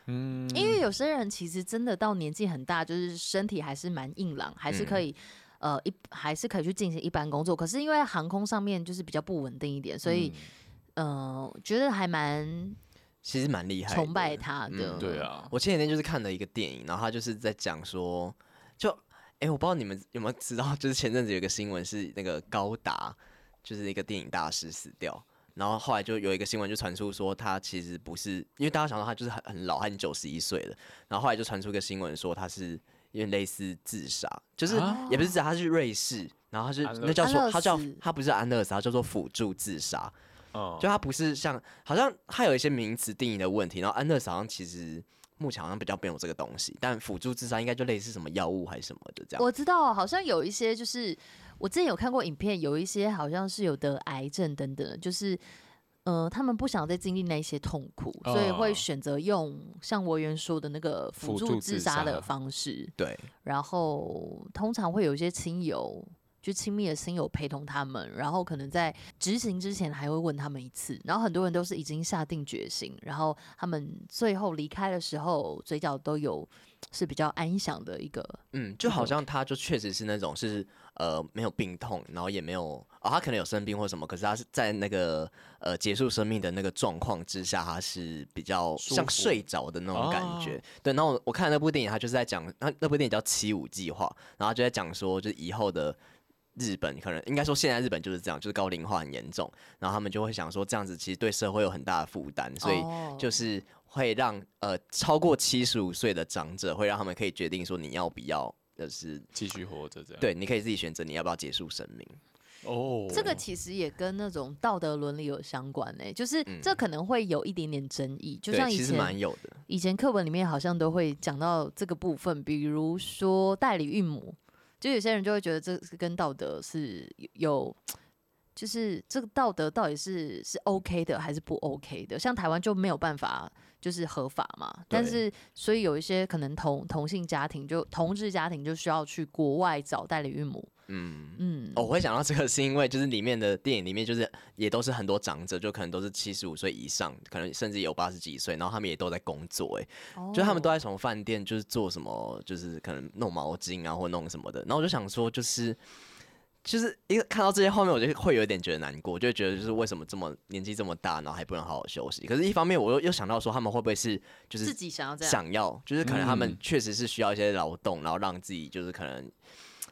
Speaker 2: 嗯，
Speaker 1: 因为有些人其实真的到年纪很大，就是身体还是蛮硬朗，还是可
Speaker 2: 嗯
Speaker 1: 以。呃，一还是可以去进行一般工作，可是因为航空上面就是比较不稳定一点，所以，嗯、呃，觉得还蛮
Speaker 3: 其实蛮厉害的，
Speaker 1: 崇拜他的。
Speaker 3: 嗯
Speaker 2: 对啊，
Speaker 3: 我前几天就是看了一个电影，然后他就是在讲说，就哎、诶我不知道你们有没有知道，就是前阵子有一个新闻是那个高达，就是一个电影大师死掉。然后后来就有一个新闻就传出说他其实不是，因为大家想到他就是很很老，他已经九十一岁了。然后后来就传出一个新闻说他是有点类似自杀，就是
Speaker 2: 啊
Speaker 3: 也不是自杀，他是瑞士，然后他是
Speaker 2: 安乐
Speaker 3: 那叫
Speaker 1: 死
Speaker 3: 说他叫
Speaker 1: 安乐死
Speaker 3: 他不是安乐死，他叫做辅助自杀。
Speaker 2: 嗯，
Speaker 3: 就它不是像，好像它有一些名词定义的问题，然后安乐死好像其实目前好像比较没有这个东西，但辅助自杀应该就类似什么药物还是什么的这样。
Speaker 1: 我知道，好像有一些就是我之前有看过影片，有一些好像是有得癌症等等的，就是。呃，他们不想再经历那一些痛苦，所以会
Speaker 2: 哦
Speaker 1: 选择用像我原说的那个辅
Speaker 2: 辅
Speaker 1: 助
Speaker 2: 助
Speaker 1: 自
Speaker 2: 自
Speaker 1: 杀的
Speaker 2: 杀
Speaker 1: 方式，
Speaker 3: 对，
Speaker 1: 然后通常会有一些亲友，就亲密的亲友陪同他们，然后可能在执行之前还会问他们一次，然后很多人都是已经下定决心，然后他们最后离开的时候，嘴角都有是比较安详的一个
Speaker 3: 嗯，就好
Speaker 1: 后
Speaker 3: 像他就确实是那种是呃没有病痛，然后也没有哦，他可能有生病或什么，可是他是在那个呃结束生命的那个状况之下，他是比较
Speaker 2: 舒
Speaker 3: 像
Speaker 2: 服哦
Speaker 3: 睡着的那种感觉。对，然后我我看那部电影，他就是在讲，那那部电影叫《七五计划》，然后他就在讲说，就是以后的。日本可能应该说，现在日本就是这样，就是高龄化很严重，然后他们就会想说，这样子其实对社会有很大的负担，所以
Speaker 1: 哦
Speaker 3: 就是会让呃超过七十五岁的长者，会让他们可以决定说你要不要，就是
Speaker 2: 继续活着这样。
Speaker 3: 对，
Speaker 1: 嗯
Speaker 3: 你可以自己选择你要不要结束生命。
Speaker 2: 哦，
Speaker 1: 这个其实也跟那种道德伦理有相关呢、就是这可能会有一点点争议，就像
Speaker 3: 嗯对，
Speaker 1: 以
Speaker 3: 其实蛮
Speaker 1: 前
Speaker 3: 有的。
Speaker 1: 以前课本里面好像都会讲到这个部分，比如说代理孕母，就有些人就会觉得这是跟道德是有。就是这个道德到底是是 OK 的还是不 OK 的？像台湾就没有办法就是合法嘛，但
Speaker 3: 对
Speaker 1: 是所以有一些可能同同性家庭就同志家庭就需要去国外找代理孕母，
Speaker 3: 嗯，
Speaker 1: 嗯，
Speaker 3: 哦我会想到这个是因为就是里面的电影里面就是也都是很多长者，就可能都是七十五岁以上，可能甚至有八十几岁，然后他们也都在工作、欸，
Speaker 1: 哦
Speaker 3: 就他们都在什么饭店，就是做什么，就是可能弄毛巾啊，或弄什么的。然后我就想说，就是就是一看到这些画面，我就会有点觉得难过，就会觉得就是为什么这么年纪这么大，然后还不能好好休息。可是，一方面我又又想到说，他们会不会是就是
Speaker 1: 自己想要这样，
Speaker 3: 想要，就是可能他们
Speaker 2: 嗯
Speaker 3: 确实是需要一些劳动，然后让自己就是可能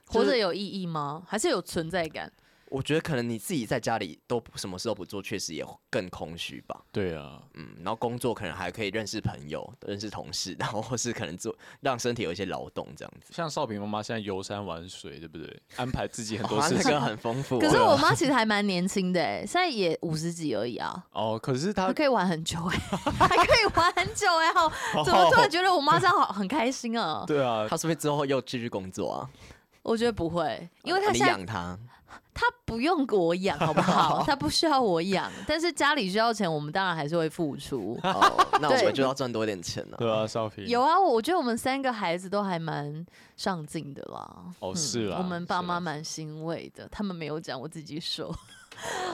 Speaker 1: 活
Speaker 3: 就
Speaker 1: 着
Speaker 3: 是
Speaker 1: 有意义吗？还是有存在感？
Speaker 3: 我觉得可能你自己在家里都不什么事都不做，确实也更空虚吧。
Speaker 2: 对啊，
Speaker 3: 嗯，然后工作可能还可以认识朋友、认识同事，然后或是可能做让身体有一些劳动这样子。
Speaker 2: 像少平妈妈现在游山玩水，对不对？安排自己很多
Speaker 3: 哇
Speaker 2: 事
Speaker 3: 那
Speaker 2: 情
Speaker 3: 个。很丰富哦。
Speaker 1: 哦可是我妈其实还蛮年轻的、欸，现在也五十几而已啊，
Speaker 2: 哦，可是
Speaker 1: 她
Speaker 2: 他
Speaker 1: 可以玩很久哎、还可以玩很久哎、好，怎么突然觉得我妈这样好很开心啊？
Speaker 2: 对啊，
Speaker 3: 他是不是之后又继续工作啊？
Speaker 1: 我觉得不会，因为她
Speaker 3: 哦你
Speaker 1: 现在
Speaker 3: 养他，
Speaker 1: 她不用 我养，好不好？她不需要我养，但是家里需要钱，我们当然还是会付出。
Speaker 3: 哦，那我
Speaker 1: 对
Speaker 3: 们就要赚多一点钱了。
Speaker 2: 对啊，少平
Speaker 1: 有啊，我觉得我们三个孩子都还蛮上进的啦。
Speaker 2: 哦是啦
Speaker 1: 嗯我们爸
Speaker 2: 是啦
Speaker 1: 妈
Speaker 2: 是
Speaker 1: 蛮欣慰的，他们没有讲，我自己说。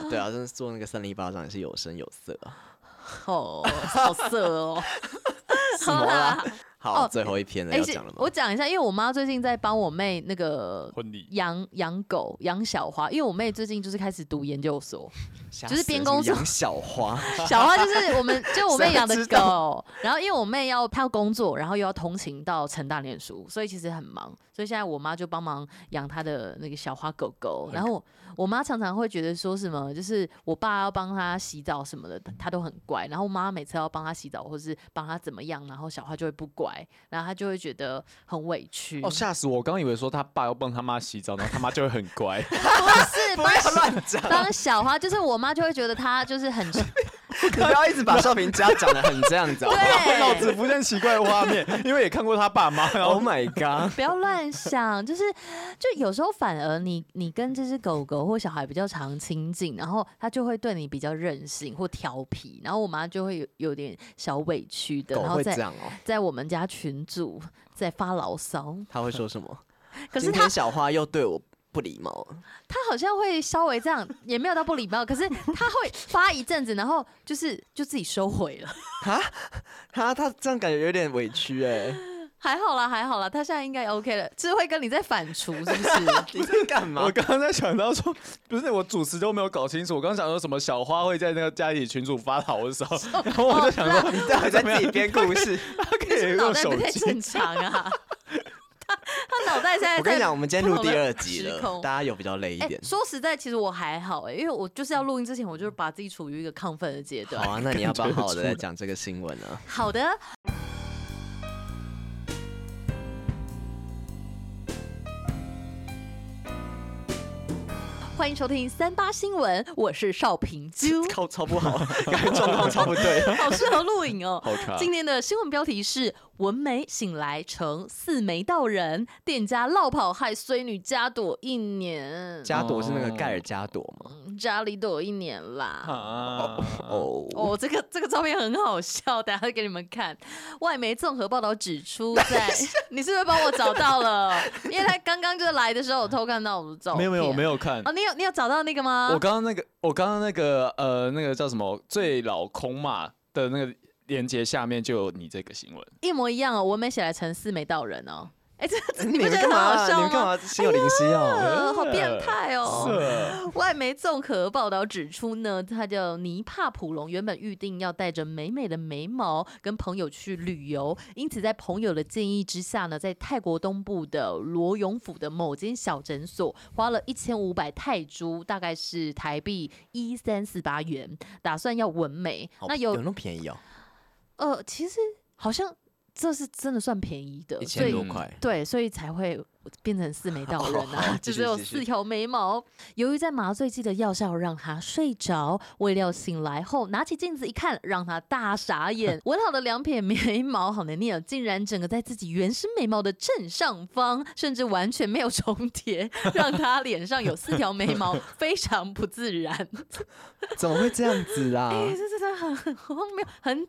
Speaker 3: 对啊，真的做那个三零八掌也是有声有色啊。
Speaker 1: 哦，好色哦。
Speaker 3: 什么 啦？好，
Speaker 1: 哦
Speaker 3: 最后一篇了，
Speaker 1: 哎
Speaker 3: 要
Speaker 1: 是
Speaker 3: 讲了吗？
Speaker 1: 我讲一下，因为我妈最近在帮我妹那个
Speaker 2: 婚礼
Speaker 1: 养养狗、养小花，因为我妹最近就是开始读研 究所，
Speaker 3: 吓
Speaker 1: 就是
Speaker 3: 死
Speaker 1: 边
Speaker 3: 人
Speaker 1: 工作
Speaker 3: 养小 花，
Speaker 1: 小花就是我们就我妹养的
Speaker 3: 谁知
Speaker 1: 狗，然后因为我妹要她要工作，然后又要通勤到成大念书，所以其实很忙。所以现在我妈就帮忙养她的那个小花狗狗。然后我我妈常常会觉得说什么，就是我爸要帮她洗澡什么的，她都很乖。然后我妈每次要帮她洗澡或是帮她怎么样，然后小花就会不乖，然后她就会觉得很委屈。
Speaker 2: 哦，吓死我！我刚以为说他爸要帮他妈洗澡，然后他妈就会很乖。
Speaker 1: 不是，
Speaker 3: 不
Speaker 1: 不是
Speaker 3: 要乱讲，
Speaker 1: 帮小花，就是我妈就会觉得她就是 很
Speaker 3: 你不要一直把少平家讲的很这样子好不哦
Speaker 2: 我脑
Speaker 3: 好。
Speaker 1: 对
Speaker 2: 子浮现奇怪的画面，因为也看过他爸妈，然
Speaker 3: Oh
Speaker 2: 后
Speaker 3: my god！
Speaker 1: 不要乱想，就是就有时候反而你你跟这只狗狗或小孩比较常亲近，然后它就会对你比较任性或调皮，然后我妈就会有有点小委屈的，
Speaker 3: 狗
Speaker 1: 然后
Speaker 3: 会这
Speaker 1: 在
Speaker 3: 样哦，
Speaker 1: 在我们家群主在发牢骚，
Speaker 3: 他会说什么？
Speaker 1: 可是
Speaker 3: 今
Speaker 1: 它
Speaker 3: 天小花又对我不礼貌了，
Speaker 1: 它好像会稍微这样，也没有到不礼貌，可是它会发一阵子，然后就是就自己收回了，
Speaker 3: 他他这样感觉有点委屈哎，
Speaker 1: 还好啦还好啦，它现在应该 OK 了，是会跟你在反刍是不是？
Speaker 3: 你在干
Speaker 2: 我？刚刚在想到说，不是我主持都没有搞清楚，我刚想说什么小花会在那个家里群主发牢骚，然后我就想说，你
Speaker 3: 还在自己编故事。
Speaker 2: 他可 以
Speaker 1: 是脑
Speaker 2: 用
Speaker 1: 袋
Speaker 2: 手
Speaker 1: 不太
Speaker 2: 机，
Speaker 1: 正常 啊。他他脑袋现在
Speaker 3: 我跟你
Speaker 1: 在
Speaker 3: 讲，我们今天录
Speaker 1: 不
Speaker 3: 第
Speaker 1: 同的
Speaker 3: 二集
Speaker 1: 时
Speaker 3: 了，
Speaker 1: 空
Speaker 3: 大家有比较累一
Speaker 1: 哎、
Speaker 3: 点。
Speaker 1: 说实在，其实我还好哎、因为我就是要录音之前，我就是把自己处于一个亢奋的阶段。
Speaker 3: 好啊，那你要不要
Speaker 2: 感觉
Speaker 3: 好好的
Speaker 2: 出
Speaker 3: 来
Speaker 2: 来
Speaker 3: 讲这个新闻呢？，
Speaker 1: 好的，欢迎收听三八新闻，我是邵平啾
Speaker 3: 靠，超不好， 感觉状况超不对。
Speaker 1: 好适合录影哦。
Speaker 2: 好差。
Speaker 1: 今天的新闻标题是：文梅醒来成四媒道人，店家落跑害衰女家躲一 年，
Speaker 3: 加朵是那个盖尔加朵吗？
Speaker 1: 嗯家里躲一年啦。
Speaker 2: 啊，
Speaker 3: 哦，
Speaker 1: 哦，这个这个照片很好笑，等下给你们看。外媒综合报道指出 在，你是不是帮我找到了？ 因为他刚刚就来的时候，我偷看到我的照片。
Speaker 2: 没有没有我没
Speaker 1: 有。
Speaker 2: 有看。
Speaker 1: 哦，你有你有找到那个吗？
Speaker 2: 我刚刚那个，我刚刚那个，呃，那个叫什么最老空骂的那个链接下面就有你这个新闻。
Speaker 1: 一模一样哦，文梅写来成四媒道人哦。哎，这这
Speaker 3: 你
Speaker 1: 不
Speaker 3: 们
Speaker 1: 觉得
Speaker 3: 干
Speaker 1: 很好
Speaker 3: 嘛？你
Speaker 1: 笑
Speaker 3: 们干
Speaker 1: 吗？
Speaker 3: 嘛心有灵犀哦？
Speaker 1: 呃，好变态哦！
Speaker 2: 是，
Speaker 1: 外媒综合报道指出呢，他叫尼帕普隆，原本预定要带着美美的眉毛跟朋友去旅游，因此在朋友的建议之下呢，在泰国东部的罗永府的某间小诊所，花了一千五百泰铢，大概是台币一三四八元，打算要纹眉
Speaker 3: 好。
Speaker 1: 那
Speaker 3: 有
Speaker 1: 有
Speaker 3: 那么便宜哦，
Speaker 1: 呃，其实好像这是真的算便宜的，
Speaker 3: 一
Speaker 1: 所
Speaker 3: 千
Speaker 1: 以
Speaker 3: 多块。
Speaker 1: 对，所以才会变成四眉道人
Speaker 3: 好
Speaker 1: 啊，
Speaker 3: 继
Speaker 1: 就
Speaker 3: 续
Speaker 1: 只有
Speaker 3: 继续
Speaker 1: 四条眉毛。由于在麻醉剂的药效让他睡着，未料醒来后拿起镜子一看，让他大傻眼。纹好的两撇眉毛，好难念哦，竟然整个在自己原生眉毛的正上方，甚至完全没有重叠，让他脸上有四条眉毛，非常不自然。
Speaker 3: 怎么会这样子啊？
Speaker 1: 哎、这真的很很荒谬，很，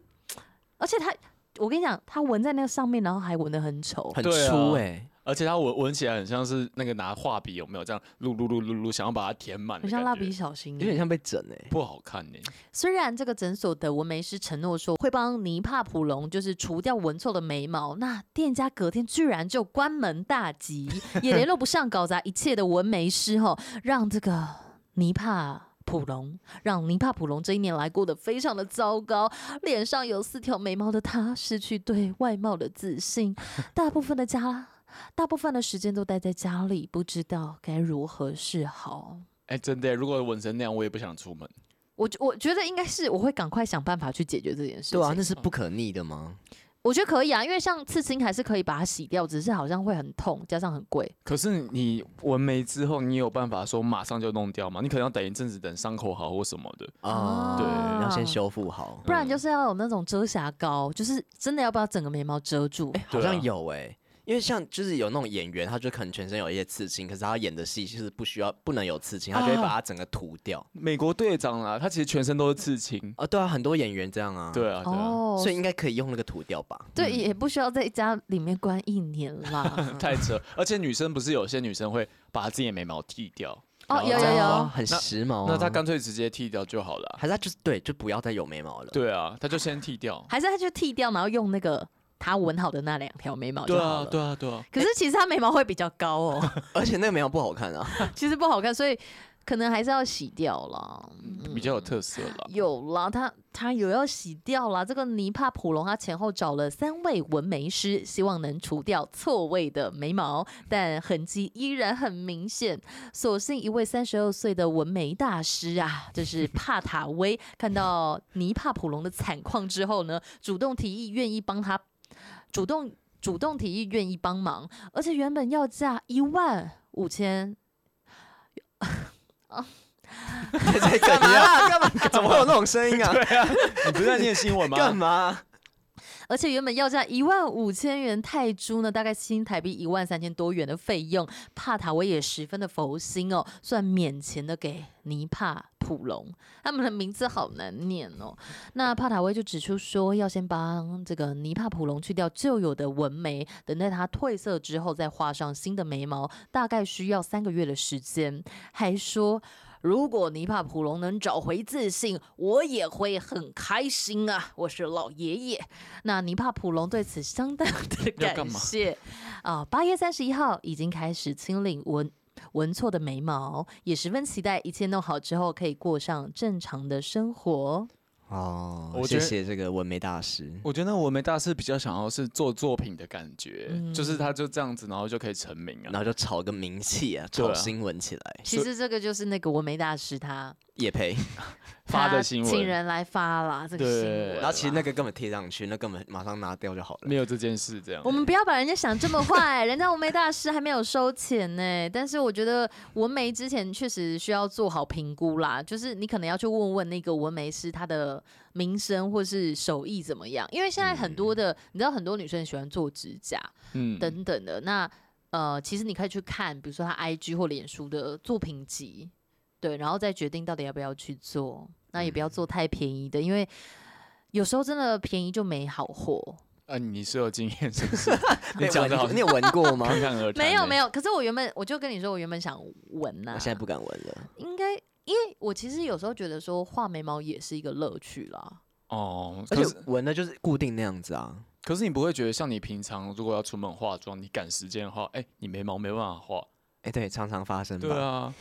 Speaker 1: 而且他我跟你讲，它纹在那个上面，然后还纹的很丑。
Speaker 3: 很
Speaker 2: 对啊
Speaker 3: 粗哎、
Speaker 2: 而且它闻闻起来很像是那个拿画笔有没有这样噜噜噜噜噜，想要把它填满的
Speaker 1: 很
Speaker 2: 感觉，
Speaker 1: 像蜡笔小新
Speaker 3: 有，点像被整哎、
Speaker 2: 不好看呢、
Speaker 1: 虽然这个诊所的纹眉师承诺说会帮尼帕普隆就是除掉纹错的眉毛，那店家隔天居然就关门大吉，也联络不上搞砸一切的纹眉师吼，让这个尼帕。普隆让尼帕普隆这一年来过得非常的糟糕，脸上有四条眉毛的他失去对外貌的自信，大部分的家，大部分的时间都待在家里，不知道该如何是好。
Speaker 2: 哎、真的耶、如果纹成那样，我也不想出门。
Speaker 1: 我觉我觉得应该是我会赶快想办法去解决这件事情。
Speaker 3: 对啊，那是不可逆的吗？
Speaker 1: 我觉得可以啊，因为像刺青还是可以把它洗掉，只是好像会很痛，加上很贵。
Speaker 2: 可是你纹眉之后，你有办法说马上就弄掉吗？你可能要等一阵子，等伤口好或什么的。
Speaker 3: 啊、
Speaker 2: 对
Speaker 3: 要先修复
Speaker 2: 嗯
Speaker 3: 好。
Speaker 1: 不然就是要有那种遮瑕膏，就是真的要把整个眉毛遮住。
Speaker 3: 哎、
Speaker 2: 对
Speaker 3: 好
Speaker 2: 啊
Speaker 3: 像有哎、因为像就是有那种演员，他就可能全身有一些刺青，可是他演的戏就是不需要不能有刺青，他就会把它整个涂掉。
Speaker 2: 美国队长啊，他其实全身都是刺青。
Speaker 3: 啊，对啊，很多演员这样啊。。
Speaker 2: 对啊，对啊，。
Speaker 1: 嗯哦
Speaker 3: 所，以应嗯该可以用那个涂掉吧？
Speaker 1: 对，也不需要在家里面关一年啦
Speaker 2: 太扯。而且女生不是有些女生会把自己的眉毛剃掉，
Speaker 1: 哦，有有
Speaker 3: 哦
Speaker 1: 有，
Speaker 3: 很
Speaker 2: 那
Speaker 3: 时髦、啊
Speaker 2: 那她干脆直接剃掉就好了啊。
Speaker 3: 还是他就是对，就不要再有眉毛了。
Speaker 2: 对啊，她就先剃掉。
Speaker 1: 还是他就剃掉，然后用那个他纹好的那两条眉毛就
Speaker 2: 对
Speaker 1: 好
Speaker 2: 啊，
Speaker 1: 了。
Speaker 2: 对啊，对啊。
Speaker 1: 可是其实他眉毛会比较高哦，
Speaker 3: 而且那个眉毛不好看啊。
Speaker 1: 其实不好看，所以可能还是要洗掉啦。
Speaker 3: 嗯
Speaker 2: 比较有特色了。
Speaker 1: 有啦，他他有要洗掉啦。这个尼帕普隆他前后找了三位纹眉师，希望能除掉错位的眉毛，但痕迹依然很明显。所幸一位三十二岁的纹眉大师啊，就是帕塔威，看到尼帕普隆的惨况之后呢，主动提议愿意帮他，主动主动提议愿意帮忙，而且原本要价一万五千。
Speaker 3: 在干嘛啦？干嘛？怎么会有那种声音 啊？
Speaker 2: 你不是在念新闻
Speaker 3: 干嘛？
Speaker 1: 而且原本要价一万五千元泰铢呢，大概新台币一万三千多元的费用，帕塔维也十分的佛心哦，算免钱的给尼帕普隆，他们的名字好难念哦。那帕塔维就指出说，要先帮这个尼帕普隆去掉旧有的纹眉，等待它褪色之后再画上新的眉毛，大概需要三个月的时间。还说，如果尼帕普隆能找回自信，我也会很开心啊！我是老爷爷。那尼帕普隆对此相当 的
Speaker 2: 要干
Speaker 1: 感
Speaker 2: 嘛
Speaker 1: 谢啊！八、月三十一号已经开始清理纹纹错的眉毛，也十分期待一切弄好之后可以过上正常的生活。
Speaker 3: 哦
Speaker 2: 我觉
Speaker 3: 谢
Speaker 2: 得
Speaker 3: 谢这个纹眉大师。
Speaker 2: 我觉得我眉大师比较想要是做作品的感觉，
Speaker 1: 嗯
Speaker 2: 就是他就这样子，然后就可以成名
Speaker 3: 然
Speaker 2: 啊。
Speaker 3: 后就炒个名气啊，
Speaker 2: 对啊
Speaker 3: 炒新闻起来。
Speaker 1: 其实这个就是那个纹眉大师他
Speaker 3: 也赔，
Speaker 2: 发的
Speaker 1: 他
Speaker 2: 新闻
Speaker 1: 请人来发啦，这个
Speaker 2: 对啊
Speaker 1: 新闻啦。
Speaker 3: 然后其实那个根本贴上去，那根本马上拿掉就好了。
Speaker 2: 没有这件事这样
Speaker 1: 我。们不要把人家想这么坏，人家纹眉大师还没有收钱呢。但是我觉得纹眉之前确实需要做好评估啦，就是你可能要去问问那个纹眉师他的名声或是手艺怎么样，因为现在很多的，你知道很多女生喜欢做指甲
Speaker 2: 嗯，
Speaker 1: 等等的。那呃，其实你可以去看，比如说他 IG 或脸书的作品集，对，然后再决定到底要不要去做。那也不要
Speaker 3: 嗯
Speaker 1: 做太便宜的，因为有时候真的便宜就没好货。
Speaker 2: 啊，你是有经验是不 是？你
Speaker 3: 你
Speaker 2: 讲的好
Speaker 3: 你有闻 过吗？
Speaker 2: 侃侃而谈。
Speaker 1: 没有没
Speaker 2: 有，
Speaker 1: 有，可是我原本我就跟你说，我原本想纹呐、
Speaker 3: 我现在不敢闻了。
Speaker 1: 应该，因为我其实有时候觉得说画眉毛也是一个乐趣啦。
Speaker 2: 哦，
Speaker 3: 而
Speaker 2: 可
Speaker 3: 且
Speaker 2: 是
Speaker 3: 闻的就是固定那样子啊。
Speaker 2: 可是你不会觉得像你平常如果要出门化妆，你赶时间的话，哎、你眉毛没办法画。
Speaker 3: 哎，对，常常发生吧。
Speaker 2: 对啊，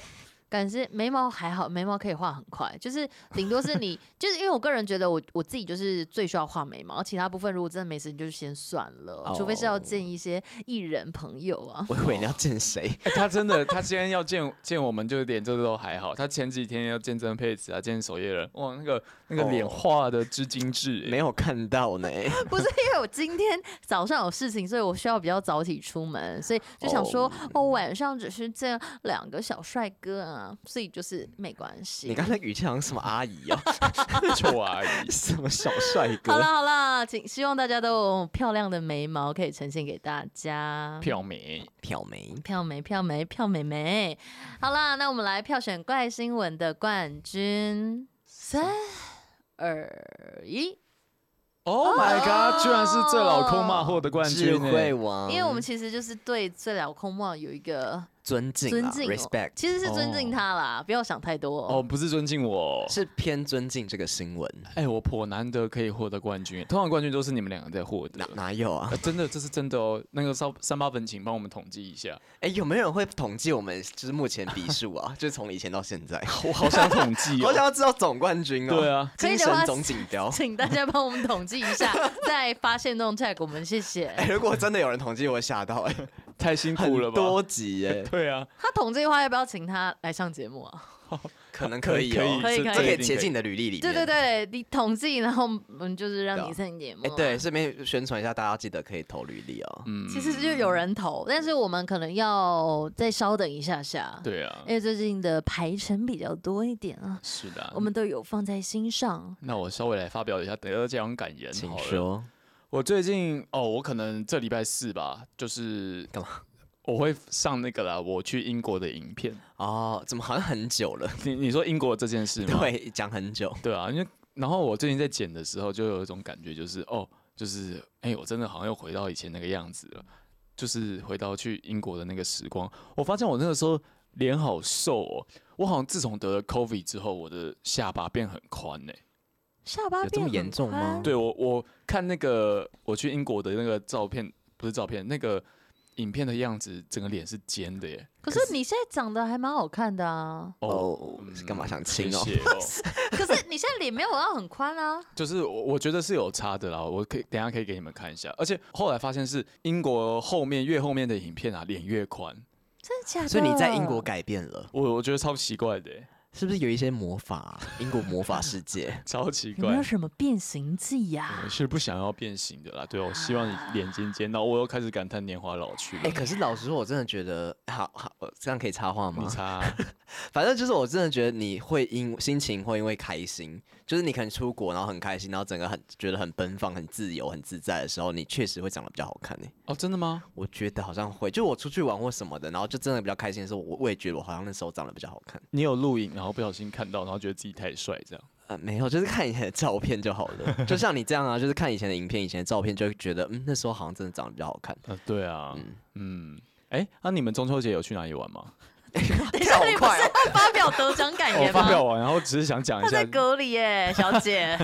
Speaker 1: 感觉眉毛还好，眉毛可以画很快，就是顶 多是你，就是因为我个人觉得我我自己就是最需要画眉毛，其他部分如果真的没时间，就是先算了，除非是要
Speaker 3: 哦
Speaker 1: 见一些艺人朋友啊。
Speaker 3: 我以为你要见谁？
Speaker 2: 哎他真的，他今天要见见我们，就是脸这都还好。他前几天要见曾沛慈啊，见守夜人，哇，那个那个脸
Speaker 3: 哦
Speaker 2: 画的之精 致、哎
Speaker 3: 没有看到呢。
Speaker 1: 不是因为我今天早上有事情，所以我需要比较早起出门，所以就想说
Speaker 3: 哦
Speaker 1: 哦晚上只是见两个小帅哥啊，所以就是没关系。
Speaker 3: 你刚才语气好像什么阿姨哦，
Speaker 2: 臭阿姨。
Speaker 3: 什么小帅
Speaker 1: 好啦
Speaker 3: 哥。
Speaker 1: 好啦，请希望大家都有漂亮的眉毛可以呈现给大家。
Speaker 2: 票 眉，
Speaker 3: 挑眉，
Speaker 1: 票眉票眉票美眉，好啦，那我们来票选怪新闻的冠军，三二一，
Speaker 2: 哦 Oh my god！居然是最老空骂获得冠
Speaker 3: 智
Speaker 2: 军、
Speaker 3: 慧
Speaker 2: 欸，
Speaker 3: 王，
Speaker 1: 因为我们其实就是对最了空望有一个
Speaker 3: 尊敬
Speaker 1: 尊
Speaker 3: 啦
Speaker 1: 敬哦、
Speaker 3: respect 哦
Speaker 1: 其实是尊敬他啦，不要想太多
Speaker 2: 哦，不是尊敬我，
Speaker 3: 是偏尊敬这个新闻，
Speaker 2: 哎、我颇难得可以获得冠军，通常冠军都是你们两个在获得
Speaker 3: 哪。哪有啊
Speaker 2: 呃？真的，这是真的哦。那个三三八粉，请帮我们统计一 下。
Speaker 3: 哎、有没有人会统计我们就是目前比数啊？ 就是从以前到现在，
Speaker 2: 我好想统计、哦，
Speaker 3: 好想要知道总冠军哦。
Speaker 2: 对啊，
Speaker 1: 可以
Speaker 3: 精
Speaker 1: 的话
Speaker 3: 神总锦标。
Speaker 1: 请大家帮我们统计一 下，再发现动 check 我们，谢谢。
Speaker 3: 哎、如果真的有人统计，我会吓到哎、
Speaker 2: 太辛苦了
Speaker 3: 很
Speaker 2: 吧？
Speaker 3: 多集哎、
Speaker 2: 对啊，
Speaker 1: 他统计的话，要不要请他来上节目啊？
Speaker 3: 可能可以、哦，
Speaker 1: 可以
Speaker 2: 这
Speaker 1: 可以
Speaker 3: 这可
Speaker 2: 这一
Speaker 3: 以
Speaker 2: 定
Speaker 3: 写进你的履历里面。
Speaker 1: 对对。对，你统计，然后我们就是让
Speaker 3: 对
Speaker 1: 你
Speaker 3: 啊
Speaker 1: 上节目、
Speaker 3: 哎、对，。顺便宣传一下，大家记得可以投履历哦。
Speaker 2: 嗯
Speaker 1: 其实就有人投，但是我们可能要再稍等一下下，
Speaker 2: 对
Speaker 3: 嗯
Speaker 2: 啊
Speaker 1: 因，为最近的排程比较多一点啊，
Speaker 2: 是的啊、
Speaker 3: 嗯
Speaker 1: 我们都有放在心上。
Speaker 2: 那我稍微来发表一下得奖感言
Speaker 3: 请
Speaker 2: 好了。
Speaker 3: 说，
Speaker 2: 我最近哦，我可能这礼拜四吧，就是
Speaker 3: 干嘛？
Speaker 2: 我会上那个啦，我去英国的影片。
Speaker 3: 哦，怎么好像很久了？
Speaker 2: 你你说英国这件事吗？
Speaker 3: 对，讲很久。
Speaker 2: 对啊，因为然后我最近在剪的时候，就有一种感觉，就是哦，就是哎、我真的好像又回到以前那个样子了，就是回到去英国的那个时光。我发现我那个时候脸好瘦哦，我好像自从得了 COVID 之后，我的下巴变很宽呢、
Speaker 1: 下巴
Speaker 3: 有这
Speaker 1: 变
Speaker 3: 么
Speaker 1: 很
Speaker 3: 严重吗
Speaker 1: 宽
Speaker 2: 对我，我看那个我去英国的那个照片，不是照片，那个影片的样子，整个脸是尖的耶。
Speaker 1: 可是你现在长得还蛮好看的啊，
Speaker 3: 哦，
Speaker 2: 嗯
Speaker 3: 是干嘛想亲哦？
Speaker 2: 谢谢
Speaker 1: 可是你现在脸没有到很宽 啊。
Speaker 2: 就是我我觉得是有差的啦，我可以等一下可以给你们看一下。而且后来发现是英国后面越后面的影片啊，脸越宽，
Speaker 1: 真的假的？
Speaker 3: 所以你在英国改变了，
Speaker 2: 我我觉得超奇怪的耶，，
Speaker 3: 是不是有一些魔法啊、英国魔法世界
Speaker 2: 超奇
Speaker 1: 有没
Speaker 2: 怪
Speaker 1: 有。什么变形啊计呀、
Speaker 2: 我是不想要变形的啦，对，我希望你脸尖尖。然后我又开始感叹年华老去了
Speaker 3: 哎、。可是老实说，我真的觉得，好好，我这样可以插话吗
Speaker 2: 你？擦啊、
Speaker 3: 反正就是，我真的觉得你会因心情会因为开心，就是你可能出国，然后很开心，然后整个很觉得很奔放、很自由、很自在的时候，你确实会长得比较好看诶、
Speaker 2: 哦，真的吗？
Speaker 3: 我觉得好像会，就我出去玩或什么的，然后就真的比较开心的时候，我我也觉得我好像那时候长得比较好看。
Speaker 2: 你有录影，然后不小心看到，然后觉得自己太帅，这样。
Speaker 3: 呃，没有，就是看以前的照片就好了。 就像你这样啊，就是看以前的影片、以前的照片，就会觉得嗯，那时候好像真的长得比较好 看。
Speaker 2: 呃，对啊，嗯，哎、那、你们中秋节有去哪里玩吗？
Speaker 1: 等一下，
Speaker 3: 跳
Speaker 1: 你不
Speaker 3: 快哦
Speaker 1: 是要发表得奖感
Speaker 2: 我、
Speaker 1: 言哎吗？
Speaker 2: 发表完，然后只是想讲一
Speaker 1: 他
Speaker 2: 下
Speaker 1: 在。隔离耶，小姐。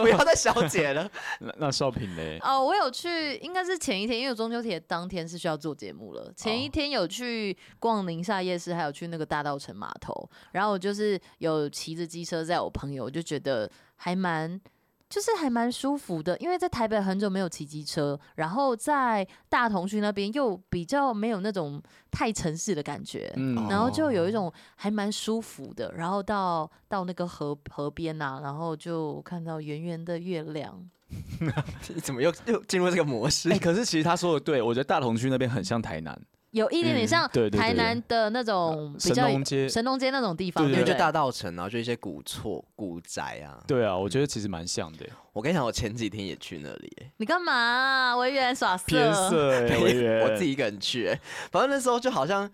Speaker 3: 不要再小姐了，
Speaker 2: 那那少平嘞？
Speaker 1: 哦，我有去，应该是前一天，因为中秋节当天是需要做节目了。前一天有去逛宁夏夜市，还有去那个大稻城码头，然后我就是有骑着机车载我朋友，我就觉得还蛮。就是还蛮舒服的，因为在台北很久没有骑机车，然后在大同区那边又比较没有那种太城市的感觉，
Speaker 2: 嗯
Speaker 1: 然后就
Speaker 3: 哦
Speaker 1: 有一种还蛮舒服的。然后到到那个河河边呐、然后就看到圆圆的月亮，
Speaker 3: 你怎么又又进入这个模式
Speaker 2: 哎、？可是其实他说的对，我觉得大同区那边很像台南，
Speaker 1: 有一点点
Speaker 3: 嗯
Speaker 1: 像
Speaker 2: 对对对
Speaker 1: 台南的那种比
Speaker 2: 神
Speaker 1: 较
Speaker 2: 农街。
Speaker 1: 神农街那种地方，
Speaker 2: 对
Speaker 3: 因为
Speaker 1: 不
Speaker 3: 呃就
Speaker 1: 对？
Speaker 3: 大稻城啊，就一些古厝、古宅啊。
Speaker 2: 对啊，我觉得其实蛮像的。
Speaker 3: 我跟你讲，我前几天也去那里、欸
Speaker 1: 你干嘛啊委员耍
Speaker 2: 偏
Speaker 1: 色？
Speaker 2: 色 哎、委员
Speaker 3: 我自己一个人去、欸反正那时候就好像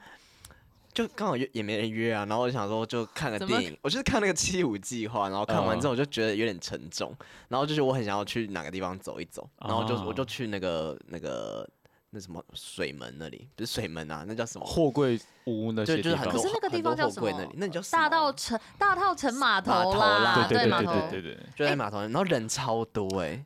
Speaker 3: 就刚好约也没人约啊，然后我就想说就看个
Speaker 1: 怎么
Speaker 3: 电影，我就是看那个《七五计划》，然后看完之
Speaker 2: 嗯
Speaker 3: 后我就觉得有点沉重，然后就是我很想要去哪个地方走一走，然后我就、
Speaker 2: 哦
Speaker 3: 我就去那个那个那什么水门那里，不是水门啊，那叫什么？
Speaker 2: 货柜屋那些
Speaker 3: 对，
Speaker 2: 地
Speaker 3: 就是
Speaker 2: 方
Speaker 3: 很。
Speaker 1: 可
Speaker 3: 多
Speaker 1: 是那个地方
Speaker 3: 很多
Speaker 1: 叫
Speaker 3: 货
Speaker 1: 什么
Speaker 3: 柜那里，那你叫什么
Speaker 1: 大稻城大稻城码
Speaker 3: 码
Speaker 1: 头
Speaker 3: 头
Speaker 1: 啦
Speaker 3: 啦，
Speaker 2: 对对
Speaker 1: 码
Speaker 2: 对
Speaker 1: 头
Speaker 2: 对。对对对。
Speaker 3: 就
Speaker 1: 哎
Speaker 3: 在码头那里，然后人超多哎、欸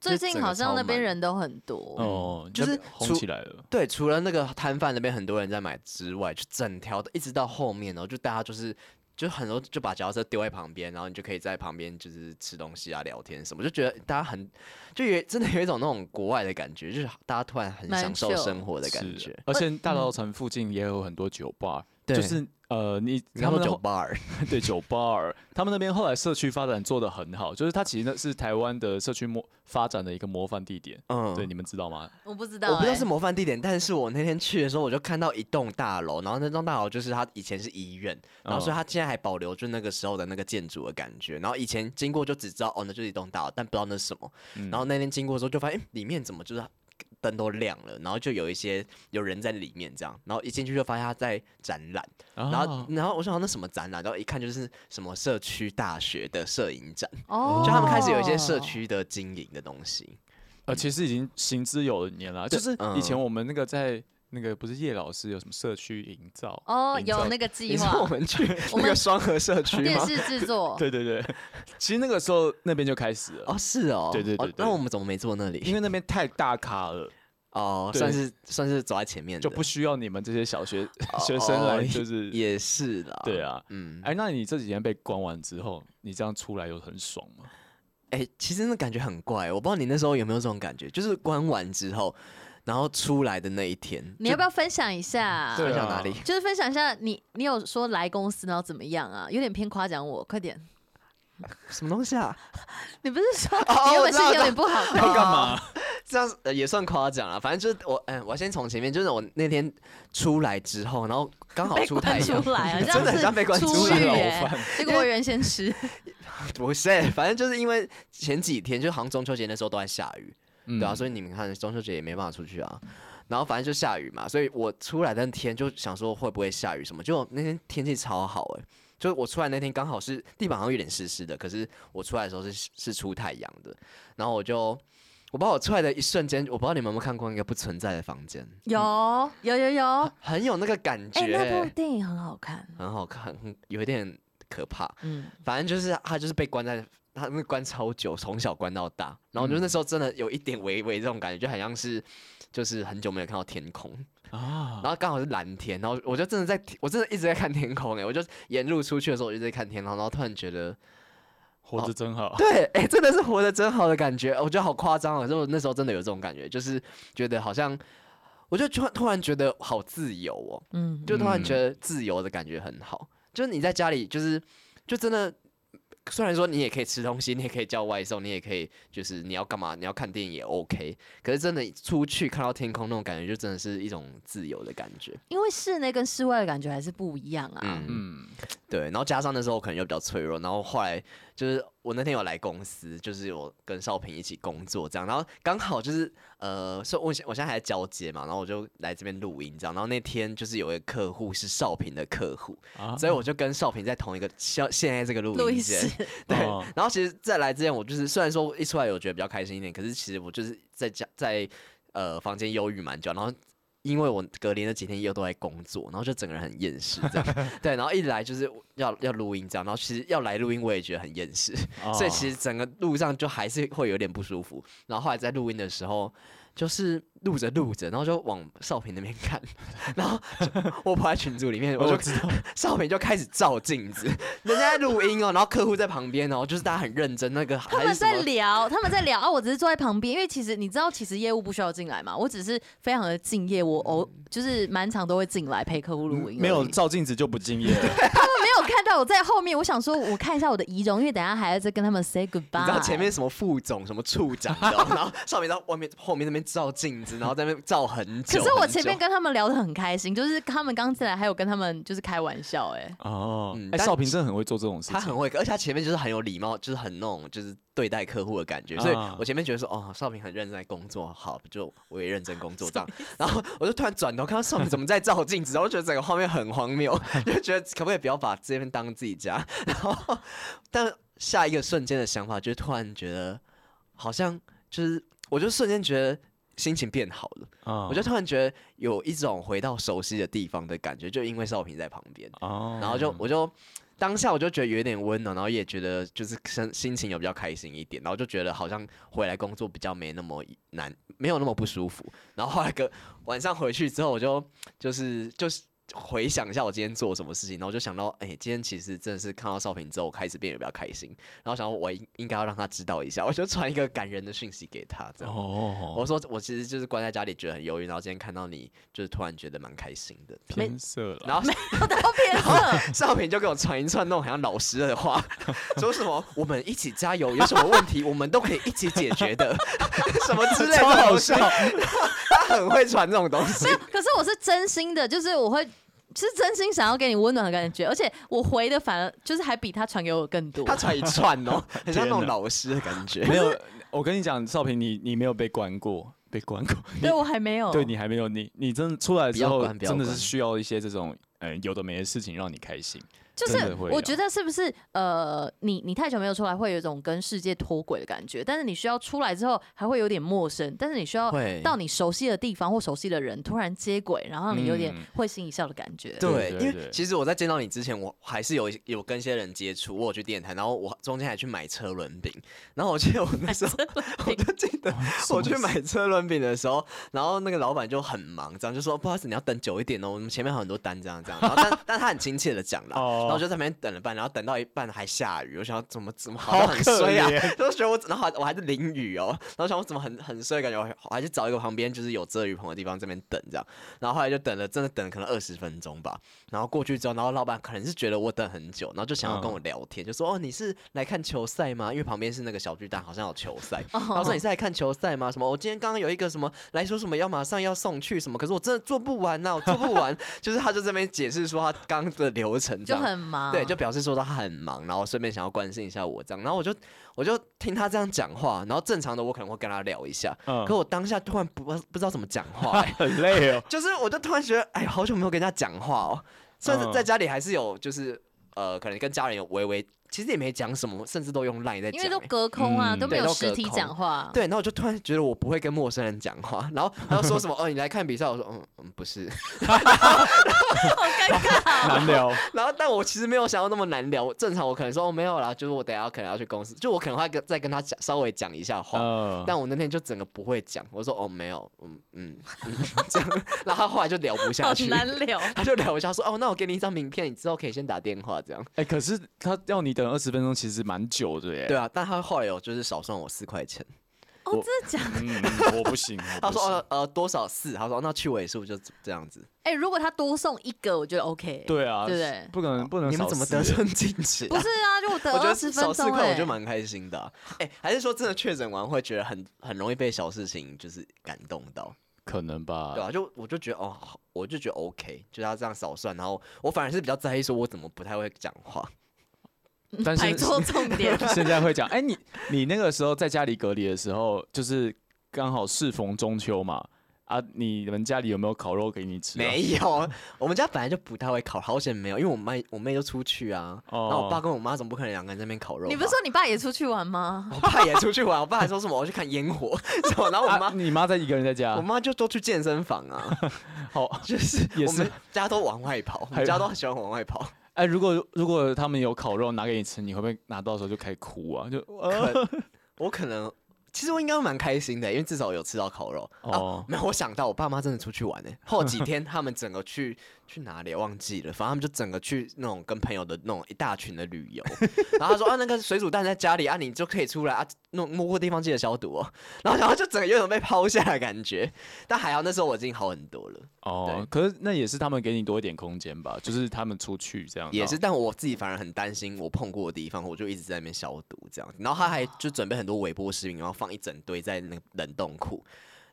Speaker 1: 最
Speaker 3: 就
Speaker 1: 近
Speaker 3: 整个
Speaker 1: 好像
Speaker 3: 超
Speaker 1: 那边
Speaker 3: 满
Speaker 1: 人都很多，
Speaker 2: 哦，
Speaker 3: 就是
Speaker 2: 那边红
Speaker 3: 除
Speaker 2: 起来了。
Speaker 3: 对，除了那个摊贩那边很多人在买之外，就整条的一直到后面哦，然后就大家就是就很多就把脚踏车丢在旁边，然后你就可以在旁边就是吃东西啊、聊天什么，就觉得大家很就有真的有一种那种国外的感觉，就是大家突然很
Speaker 1: 蛮
Speaker 3: 享受
Speaker 1: chill
Speaker 3: 生活的感
Speaker 2: 是
Speaker 3: 觉。
Speaker 2: 而且大
Speaker 1: 嗯
Speaker 2: 稻城附近也有很多酒吧，
Speaker 3: 对
Speaker 2: 就是呃，你
Speaker 3: 你
Speaker 2: 他
Speaker 3: 看
Speaker 2: 们那
Speaker 3: 到酒
Speaker 2: 后
Speaker 3: 吧儿，
Speaker 2: 对酒吧儿，他们那边后来社区发展做的很好，就是它其实那是台湾的社区模发展的一个模范地点。
Speaker 3: 嗯，
Speaker 2: 对，你们知道吗？
Speaker 1: 我不知道，
Speaker 3: 我不知道
Speaker 1: 欸
Speaker 3: 是模范地点，但是我那天去的时候，我就看到一栋大楼，然后那栋大楼就是它以前是医院，然后所以它现在还保留就那个时候的那个建筑的感觉，然后以前经过就只知道哦，那就是一栋大楼，但不知道那是什么。然后那天经过的时候就发现，诶里面怎么就是灯都亮了，然后就有一些有人在里面这样，然后一进去就发现他在展览，
Speaker 2: 然
Speaker 3: 然后然后我想那什么展览，然后一看就是什么社区大学的摄影展，
Speaker 1: 哦
Speaker 3: 就他们开始有一些社，区的经营的东西。
Speaker 2: 呃，其实已经行之有年了，就是
Speaker 3: 嗯
Speaker 2: 以前我们那个在那个不是叶老师有什么社区营造，
Speaker 1: 哦，
Speaker 2: 营
Speaker 1: 有
Speaker 2: 造
Speaker 1: 那个计
Speaker 3: 你 说我
Speaker 1: 划，
Speaker 3: 们 去
Speaker 1: 我
Speaker 3: 那
Speaker 1: 们
Speaker 3: 个双河社区
Speaker 1: 电
Speaker 3: 吗？
Speaker 1: 视制 作，
Speaker 2: 对对对，其实那个时候那边就开始了，
Speaker 3: 哦，是哦，
Speaker 2: 对对对
Speaker 3: 哦
Speaker 2: 对
Speaker 3: 那我们怎么没坐那
Speaker 2: 因
Speaker 3: 里？
Speaker 2: 为那边太大咖了，
Speaker 3: 哦，
Speaker 2: 对
Speaker 3: 算是算是走在前面的，
Speaker 2: 就不需要你们这些小学
Speaker 3: 哦
Speaker 2: 学生来，就是
Speaker 3: 也是啦。
Speaker 2: 对，啊。
Speaker 3: 嗯，
Speaker 2: 哎，那你这几天被关完之后，你这样出来有很爽吗？
Speaker 3: 哎、其实那感觉很怪，我不知道你那时候有没有这种感觉，就是关完之后，然后出来的那一天，
Speaker 1: 你要不要分享一下？
Speaker 2: 对啊
Speaker 3: 分享哪里？
Speaker 1: 就是分享一下你，你有说来公司然后怎么样啊？有点偏夸奖我，快点！
Speaker 3: 什么东西啊？
Speaker 1: 你不是说
Speaker 3: 哦
Speaker 1: 你原
Speaker 3: 我
Speaker 1: 本
Speaker 3: 知
Speaker 1: 心
Speaker 3: 道我
Speaker 1: 情有
Speaker 3: 知
Speaker 1: 点不好？
Speaker 2: 要干嘛？
Speaker 3: 这样、呃、也算夸奖了，反正就是我，哎、我要先从前面，就是我那天出来之后，然后刚好
Speaker 1: 被
Speaker 3: 出太
Speaker 1: 关
Speaker 3: 阳
Speaker 1: 出，来 啊，这
Speaker 3: 真的很
Speaker 1: 样
Speaker 3: 像被关
Speaker 1: 是
Speaker 3: 出
Speaker 1: 出
Speaker 3: 来
Speaker 1: 狱
Speaker 3: 了
Speaker 2: 牢
Speaker 1: 耶
Speaker 2: 饭！
Speaker 1: 结果我原 先吃，
Speaker 3: 不是，反正就是因为前几天就好像中秋节那时候都在下雨，
Speaker 2: 嗯
Speaker 3: 对啊，所以你们看中秋节也没办法出去啊。然后反正就下雨嘛，所以我出来那天就想说会不会下雨什么，结果那天天气超好哎、就是我出来那天刚好是地板好像有点湿湿的，可是我出来的时候是是出太阳的，然后我就我把我出来的一瞬间，我不知道你们有没有看过那个不存在的房间，
Speaker 1: 有有有有，
Speaker 3: 很有那个感觉
Speaker 1: 哦哎，
Speaker 3: 欸、
Speaker 1: 那部电影很好看，
Speaker 3: 很好看， 很有一点可怕。
Speaker 1: 嗯，
Speaker 3: 反正就是他就是被关在他那关超久，从小关到大，然后就是那时候真的有一点微微这种感觉，就好像是就是很久没有看到天空，
Speaker 2: 啊
Speaker 3: 然，后刚好是蓝天，然后我就真的在我真的一直在看天空哎、我就沿路出去的时候我就在看天空，然后突然觉得
Speaker 2: 活着真好。
Speaker 3: 对哎、真的是活得真好的感觉，我觉得好夸张啊！就我那时候真的有这种感觉，就是觉得好像。我就突然突然觉得好自由哦，
Speaker 1: 嗯，
Speaker 3: 就突然
Speaker 2: 嗯
Speaker 3: 觉得自由的感觉很好。就是你在家里，就是就真的，虽然说你也可以吃东西，你也可以叫外送，你也可以就是你要干嘛，你要看电影也 OK。可是真的出去看到天空那种感觉，就真的是一种自由的感觉。
Speaker 1: 因为室内跟室外的感觉还是不一样啊。
Speaker 3: 嗯，
Speaker 2: 嗯，
Speaker 3: 对。然后加上那时候我可能又比较脆弱，然后后来就是我那天有来公司，就是我跟少平一起工作这样，然后刚好就是呃，所以我现我现在还在交接嘛，然后我就来这边录音这样，然后那天就是有一个客户是少平的客户，
Speaker 2: 啊
Speaker 3: 所以我就跟少平在同一个现现在这个录
Speaker 1: 路易
Speaker 3: 音
Speaker 1: 斯
Speaker 3: 间，， 对
Speaker 2: 哦。
Speaker 3: 然后其实，在来之前，我就是虽然说我一出来有觉得比较开心一点，可是其实我就是在家在呃房间忧郁蛮久，然后。因为我隔离那几天又都在工作，然后就整个人很厌世这样， 对，然后一来就是要要录音这样，然后其实要来录音我也觉得很厌世，所以其
Speaker 2: 实
Speaker 3: 实整个路上就还是会有点不舒服。然后后来在录音的时候，就是录着录着，然后就往少平那边看， 然后就我跑在群组里面，我
Speaker 2: 我
Speaker 3: 就
Speaker 2: 知道，
Speaker 3: 少平就开始照镜子，人家在录音哦，然后客户在旁边哦，就是大家很认真，那个
Speaker 1: 他
Speaker 3: 还
Speaker 1: 们
Speaker 3: 是什
Speaker 1: 在
Speaker 3: 么
Speaker 1: 聊，他们在聊啊！我只是坐在旁边，因为其实你知道，其实业务不需要进来嘛，我只是非常的敬业，我偶
Speaker 3: 嗯
Speaker 1: 就是满场都会进来陪客户录音而已，
Speaker 2: 没有照镜子就不敬业了。
Speaker 1: 没有看到我在后面，我想说，我看一下我的仪容，因为等一下还要再跟他们 say
Speaker 3: 你
Speaker 1: goodbye。
Speaker 3: 知道前面什么副总、什么处长的哦，然后少平到外面后面那边照镜子，然后在那边照很久。
Speaker 1: 可是我
Speaker 3: 很
Speaker 1: 前面
Speaker 3: 久
Speaker 1: 跟他们聊得很开心，就是他们刚进来还有跟他们就是开玩笑、哎，
Speaker 2: 哦
Speaker 3: 嗯，
Speaker 2: 哎，
Speaker 3: 但
Speaker 2: 少平真的很会做这种事情，
Speaker 3: 他很会，而且他前面就是很有礼貌，就是很那种就是对待客户的感觉，所以
Speaker 2: 啊
Speaker 3: 我前面觉得说哦，少平很认真在工作，好，就我也认真工作这样。然后我就突然转头看到少平怎么在照镜子，然后觉得整个画面很荒谬，就觉得可不可以不要把这边当自己家？ 然后，但下一个瞬间的想法就是突然觉得好像就是，我就瞬间觉得心情变好了，
Speaker 2: 啊，
Speaker 3: 我就突然觉得有一种回到熟悉的地方的感觉，就因为少平在旁边。
Speaker 2: 哦，
Speaker 3: 然后就我就当下我就觉得有点温暖，然后也觉得就是心心情有比较开心一点，然后就觉得好像回来工作比较没那么难，没有那么不舒服。然后后来个晚上回去之后，我就 就是就是。回想一下我今天做什么事情，然后就想到，哎、今天其实真的是看到少平之后，我开始变得比较开心。然后想说我应应该要让他知道一下，我就传一个感人的讯息给他，这样。
Speaker 2: 哦，
Speaker 3: 我说我其实就是关在家里觉得很忧郁，然后今天看到你，就是突然觉得蛮开心 的。
Speaker 2: 偏色了，
Speaker 3: 然后
Speaker 1: 我都变色，
Speaker 3: 少平就给我传一串那种好像老师的话， 说什么“我们一起加油”，有什么问题我们都可以一起解决的， 什么之类的。
Speaker 2: 超好笑，
Speaker 3: 他很会传这种东西
Speaker 1: 没。有，可是我是真心的，就是我会。是真心想要给你温暖的感觉，而且我回的反而就是还比他传给我更多。
Speaker 3: 他传一 串哦，很像
Speaker 2: 天
Speaker 3: 那种
Speaker 2: 哪
Speaker 3: 老师的感觉。
Speaker 2: 没有，我跟你讲，少平，你你没有被关过，被关过，
Speaker 1: 对我还没 有，
Speaker 2: 对你还没有，你你真的出来之
Speaker 3: 不要
Speaker 2: 后，
Speaker 3: 管不要
Speaker 2: 真的是
Speaker 3: 管
Speaker 2: 需要一些这种嗯有的没的事情让你开心。
Speaker 1: 就是
Speaker 2: 真的会
Speaker 3: 啊
Speaker 1: 我
Speaker 2: 有
Speaker 1: 觉得是不是呃，你你太久没有出来，会有一种跟世界脱轨的感觉，但是你需要出来之后还会有点陌生，但是你需要
Speaker 3: 会
Speaker 1: 到你熟悉的地方或熟悉的人突然接轨，然后让你有点
Speaker 2: 嗯
Speaker 1: 会心一笑的感 觉。
Speaker 2: 对
Speaker 3: 对，
Speaker 2: 对
Speaker 3: 因为
Speaker 2: 对
Speaker 3: 其实我在见到你之前，我还是有一有跟一些人接触，我有去电台，然后我中间还去买车轮饼，然后我记得我那时候我就记 得我去买车轮饼的时候，然后那个老板就很忙，这样就说不好意思，你要等久一点哦，我们前面还有很多单，这样这样。然后但 但他很亲切的讲啦，
Speaker 2: 哦
Speaker 3: 然后我就在旁边等了半，然后等到一半还下雨，我想要怎么怎么
Speaker 2: 好
Speaker 3: 好像很
Speaker 2: 可
Speaker 3: 衰啊，
Speaker 2: 怜
Speaker 3: 就觉得我然后还我还是淋雨哦，然后想我怎么很很衰，感觉我还我还是找一个旁边就是有遮雨棚的地方这边等这样。然后后来就等了，真的等了可能二十分钟吧。然后过去之后，然后老板可能是觉得我等很久，然后就想要跟我聊天，就说：“哦，你是来看球赛吗？因为旁边是那个小巨蛋，好像有球 赛。”
Speaker 1: 哦
Speaker 3: 然后说：“你是来看球赛吗？什么？我今天刚刚有一个什么来说什么要马上要送去什么，可是我真的做不完呐、我做不完。” 就是他就这边解释说他刚的流程这
Speaker 1: 就
Speaker 3: 样。
Speaker 1: 很忙，
Speaker 3: 对，就表示说他很忙，然后顺便想要关心一下我这样，然后我就我就听他这样讲话，然后正常的我可能会跟他聊一下，
Speaker 2: 嗯
Speaker 3: 可我当下突然不不知道怎么讲话、欸
Speaker 2: 很累 哦。
Speaker 3: 就是我就突然觉得，哎，好久没有跟人家讲话哦。虽然是
Speaker 2: 嗯
Speaker 3: 在家里还是有，就是呃，可能跟家人有微微，其实也没讲什么，甚至都用 line 在
Speaker 1: 因
Speaker 3: 讲、
Speaker 1: 为都
Speaker 3: 欸
Speaker 1: 隔空啊，
Speaker 2: 嗯
Speaker 1: 都没有
Speaker 3: 对都
Speaker 1: 实体
Speaker 3: 隔空
Speaker 1: 讲话。
Speaker 3: 对，然后我就突然觉得我不会跟陌生人讲话，然后他就说什么，哦，你来看比赛，我说，嗯嗯，不是，
Speaker 2: 难 聊。
Speaker 3: 然后但我其实没有想到那么难聊，正常我可能说，哦，没有啦，就是我等一下可能要去公司，就我可能会跟再跟他讲稍微讲一下话，
Speaker 2: 嗯，
Speaker 3: 但我那天就整个不会讲，我说，哦，没有，嗯嗯，嗯 这样，然后他后来就聊不下
Speaker 1: 好
Speaker 3: 去，
Speaker 1: 难 聊，
Speaker 3: 他就聊一下说，哦，那我给你一张名片，你之后可以先打电话这样。
Speaker 2: 哎，可是他要你等二十分钟，其实蛮久的耶。
Speaker 3: 对啊，但他后来有就是少算我四块钱，
Speaker 1: 哦，真的假的？
Speaker 2: 嗯，我不行，
Speaker 3: 他
Speaker 2: 我不
Speaker 3: 说
Speaker 2: 行。
Speaker 3: 呃呃多少四，他说哦那去尾数就这样子。
Speaker 1: 哎，如果他多送一个，我觉得 OK。
Speaker 2: 对啊，
Speaker 1: 对不对
Speaker 2: 不可能不能
Speaker 3: 你
Speaker 2: 少
Speaker 3: 们怎么
Speaker 2: 四
Speaker 3: 得
Speaker 2: 耶
Speaker 3: 寸进尺、
Speaker 1: 不
Speaker 3: 啊？
Speaker 1: 是啊，就我 得
Speaker 3: 我觉
Speaker 1: 二
Speaker 3: 得
Speaker 1: 十
Speaker 3: 少
Speaker 1: 分
Speaker 3: 四
Speaker 1: 钟，
Speaker 3: 块
Speaker 1: 哎
Speaker 3: 我就蛮开心的啊、哎、还是说真的确诊完会觉得很很容易被小事情就是感动到，
Speaker 2: 可能吧
Speaker 3: 对？吧、就我就觉得哦，好我就觉得 OK，就他这样少算，然后我反而是比较在意说我怎么不太会讲 话，
Speaker 2: 但
Speaker 1: 摆
Speaker 2: 是
Speaker 1: 错重 点。
Speaker 2: 现在会讲，哎，你你那个时候在家里隔离的时候，就是刚好适逢中秋嘛。啊，你们家里有没有烤肉给你吃啊？
Speaker 3: 没有，我们家本来就不太会烤，好险没有，因为我妹我妹就出去啊，
Speaker 2: 哦
Speaker 3: 然后我爸跟我妈总不可能两个人在那边烤肉吧，
Speaker 1: 你不是说你爸也出去玩 吗？
Speaker 3: 我爸也出去玩，我爸还说什么我要去看烟 火，什么，然后我妈、
Speaker 2: 啊，你妈在一个人在家
Speaker 3: 我，妈就都去健身房啊，
Speaker 2: 好，
Speaker 3: 就是
Speaker 2: 也
Speaker 3: 我们
Speaker 2: 是
Speaker 3: 家都往外跑，我
Speaker 2: 还
Speaker 3: 们家都喜欢往外跑，
Speaker 2: 哎，如果如果他们有烤肉拿给你吃，你会不会拿到的时候就开始哭啊？就
Speaker 3: 可我可能。其实我应该蛮开心的，因为至少有吃到烤肉。哦
Speaker 2: 哦，
Speaker 3: 没有，我想到我爸妈真的出去玩呢。后几天他们整个去去哪里啊忘记了，反正他们就整个去那种跟朋友的那种一大群的旅游。然后他说啊，那个水煮蛋在家里啊，你就可以出来啊，那种摸过地方记得消毒哦。 然后然后就整个有种被抛下的感觉，但还好那时候我已经好很多了。
Speaker 2: 哦，可是那也是他们给你多一点空间吧，就是他们出去这样哦
Speaker 3: 也是，但我自己反而很担心我碰过的地方，我就一直在那边消毒这样。然后他还就准备很多微波食品，然后放一整堆在那个冷冻库。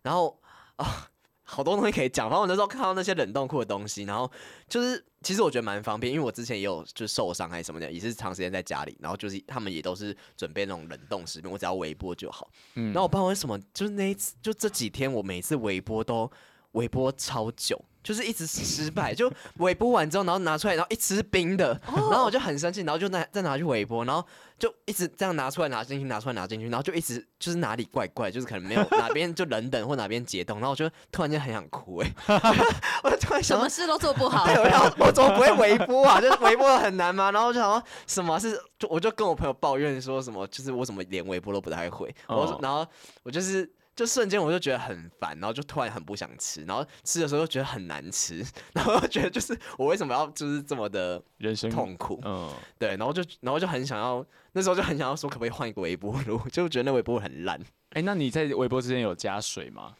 Speaker 3: 然后啊、好多东西可以讲。反正我那时候看到那些冷冻库的东西，然后就是其实我觉得蛮方便，因为我之前也有就受伤还是什么的，也是长时间在家里，然后就是他们也都是准备那种冷冻食品，我只要微波就好。
Speaker 2: 嗯
Speaker 3: 然后我不知道为什么，就是那一次，就这几天我每次微波都微波超久，就是一直失败。就微波完之后，然后拿出来，然后一吃是冰的， 然后我就很生气，然后就拿再拿去微波，然后就一直这样拿出来拿进去，拿出来拿进去，然后就一直就是哪里怪怪，就是可能没有哪边就冷冷或哪边解冻，然后我就突然间很想哭哎、 我就突然
Speaker 1: 什
Speaker 3: 想到
Speaker 1: 么。事都做 不好
Speaker 3: 对，。我想我怎么不会微波啊？ 就是微波很难吗？然后我就想说什么啊是，就我就跟我朋友抱怨说什么，就是我怎么连微波都不太会。
Speaker 2: 哦
Speaker 3: 我说然后我就是就瞬间我就觉得很烦，然后就突然很不想吃，然后吃的时候又觉得很难吃， 然后又觉得就是我为什么要就是这么的
Speaker 2: 人生
Speaker 3: 痛苦？
Speaker 2: 嗯，
Speaker 3: 对，然后就然后就很想要那时候就很想要说可不可以换一个微波炉， 就觉得那微波炉很烂。
Speaker 2: 哎、那你在微波之前有加水吗？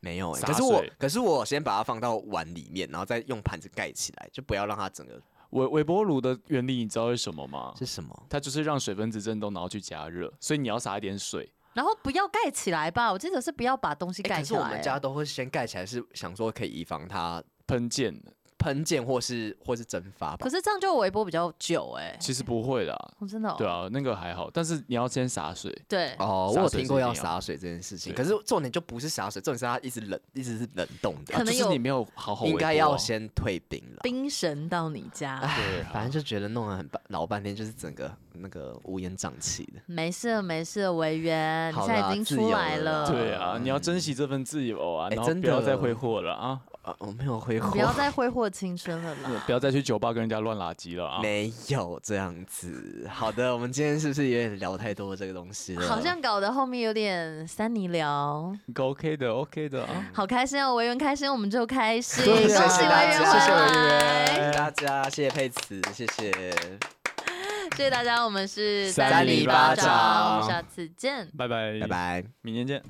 Speaker 3: 没有、欸，
Speaker 2: 洒
Speaker 3: 可是我
Speaker 2: 水
Speaker 3: 可是我先把它放到碗里面，然后再用盘子盖起来，就不要让它整个
Speaker 2: 微微波炉的原理你知道是什么吗？
Speaker 3: 是什么？
Speaker 2: 它就是让水分子振动，然后去加热，所以你要撒一点水。
Speaker 1: 然后不要盖起来吧，我记得是不要把东西
Speaker 3: 欸
Speaker 1: 盖
Speaker 3: 可是
Speaker 1: 起
Speaker 3: 我
Speaker 1: 来。
Speaker 3: 们家都会先盖起来，是想说可以以防它
Speaker 2: 喷溅
Speaker 3: 喷溅或是或是蒸发吧
Speaker 1: 可。是这样就微波比较久哎、
Speaker 2: 其实不会啦，
Speaker 1: 哦真的、哦。
Speaker 2: 对啊，那个还好，但是你要先洒水，
Speaker 1: 对
Speaker 3: 哦，我
Speaker 2: 洒
Speaker 3: 有
Speaker 2: 水
Speaker 3: 听
Speaker 2: 是
Speaker 3: 过
Speaker 2: 一
Speaker 3: 要
Speaker 2: 定要
Speaker 3: 洒水这件事情，可
Speaker 2: 对
Speaker 3: 是重点就不是洒水，重点是它一直冷，一直是冷冻的，
Speaker 1: 可
Speaker 2: 啊
Speaker 1: 能
Speaker 2: 就是
Speaker 1: 有
Speaker 2: 你没有好好微
Speaker 3: 应
Speaker 2: 波
Speaker 3: 该要
Speaker 2: 啊
Speaker 3: 先退冰了。
Speaker 1: 冰神到你
Speaker 3: 哎
Speaker 1: 家，
Speaker 2: 对啊
Speaker 3: 反正就觉得弄了很半老半天，就是整个那个乌烟瘴气的。
Speaker 1: 没事了没事了，维园，你
Speaker 3: 好
Speaker 1: 现在
Speaker 3: 啦
Speaker 1: 已经
Speaker 3: 自
Speaker 1: 出
Speaker 3: 由
Speaker 1: 来
Speaker 3: 了
Speaker 1: 了，
Speaker 3: 啦
Speaker 2: 对啊，你要珍惜这份自由啊，
Speaker 3: 呃哎
Speaker 2: 然后
Speaker 3: 真
Speaker 2: 不要
Speaker 3: 的
Speaker 2: 再挥霍了啊，嗯
Speaker 3: 啊，我没有挥霍，
Speaker 1: 不要再挥霍青春了啦。
Speaker 2: 不要再去酒吧跟人家乱拉鸡了啊。
Speaker 3: 没有这样子。好的，我们今天是不是有点聊太多这个东西了？
Speaker 1: 好像搞得后面有点三尼聊，
Speaker 2: OK 的，OK 的
Speaker 3: 嗯
Speaker 2: 啊。
Speaker 1: 好开心哦！维园开心，我们就开 心，
Speaker 3: 对啊
Speaker 1: 恭喜
Speaker 3: 谢谢
Speaker 1: 维
Speaker 3: 大
Speaker 1: 园
Speaker 3: 家
Speaker 1: 回
Speaker 3: 谢谢
Speaker 1: 来，
Speaker 3: 大家，谢谢佩慈，谢谢。
Speaker 1: 谢谢大家，我们是
Speaker 2: 三
Speaker 3: 里
Speaker 1: 里
Speaker 3: 巴
Speaker 1: 掌，我
Speaker 3: 掌
Speaker 1: 们下次见。
Speaker 2: 拜拜，
Speaker 3: 拜，拜。
Speaker 2: 明天见。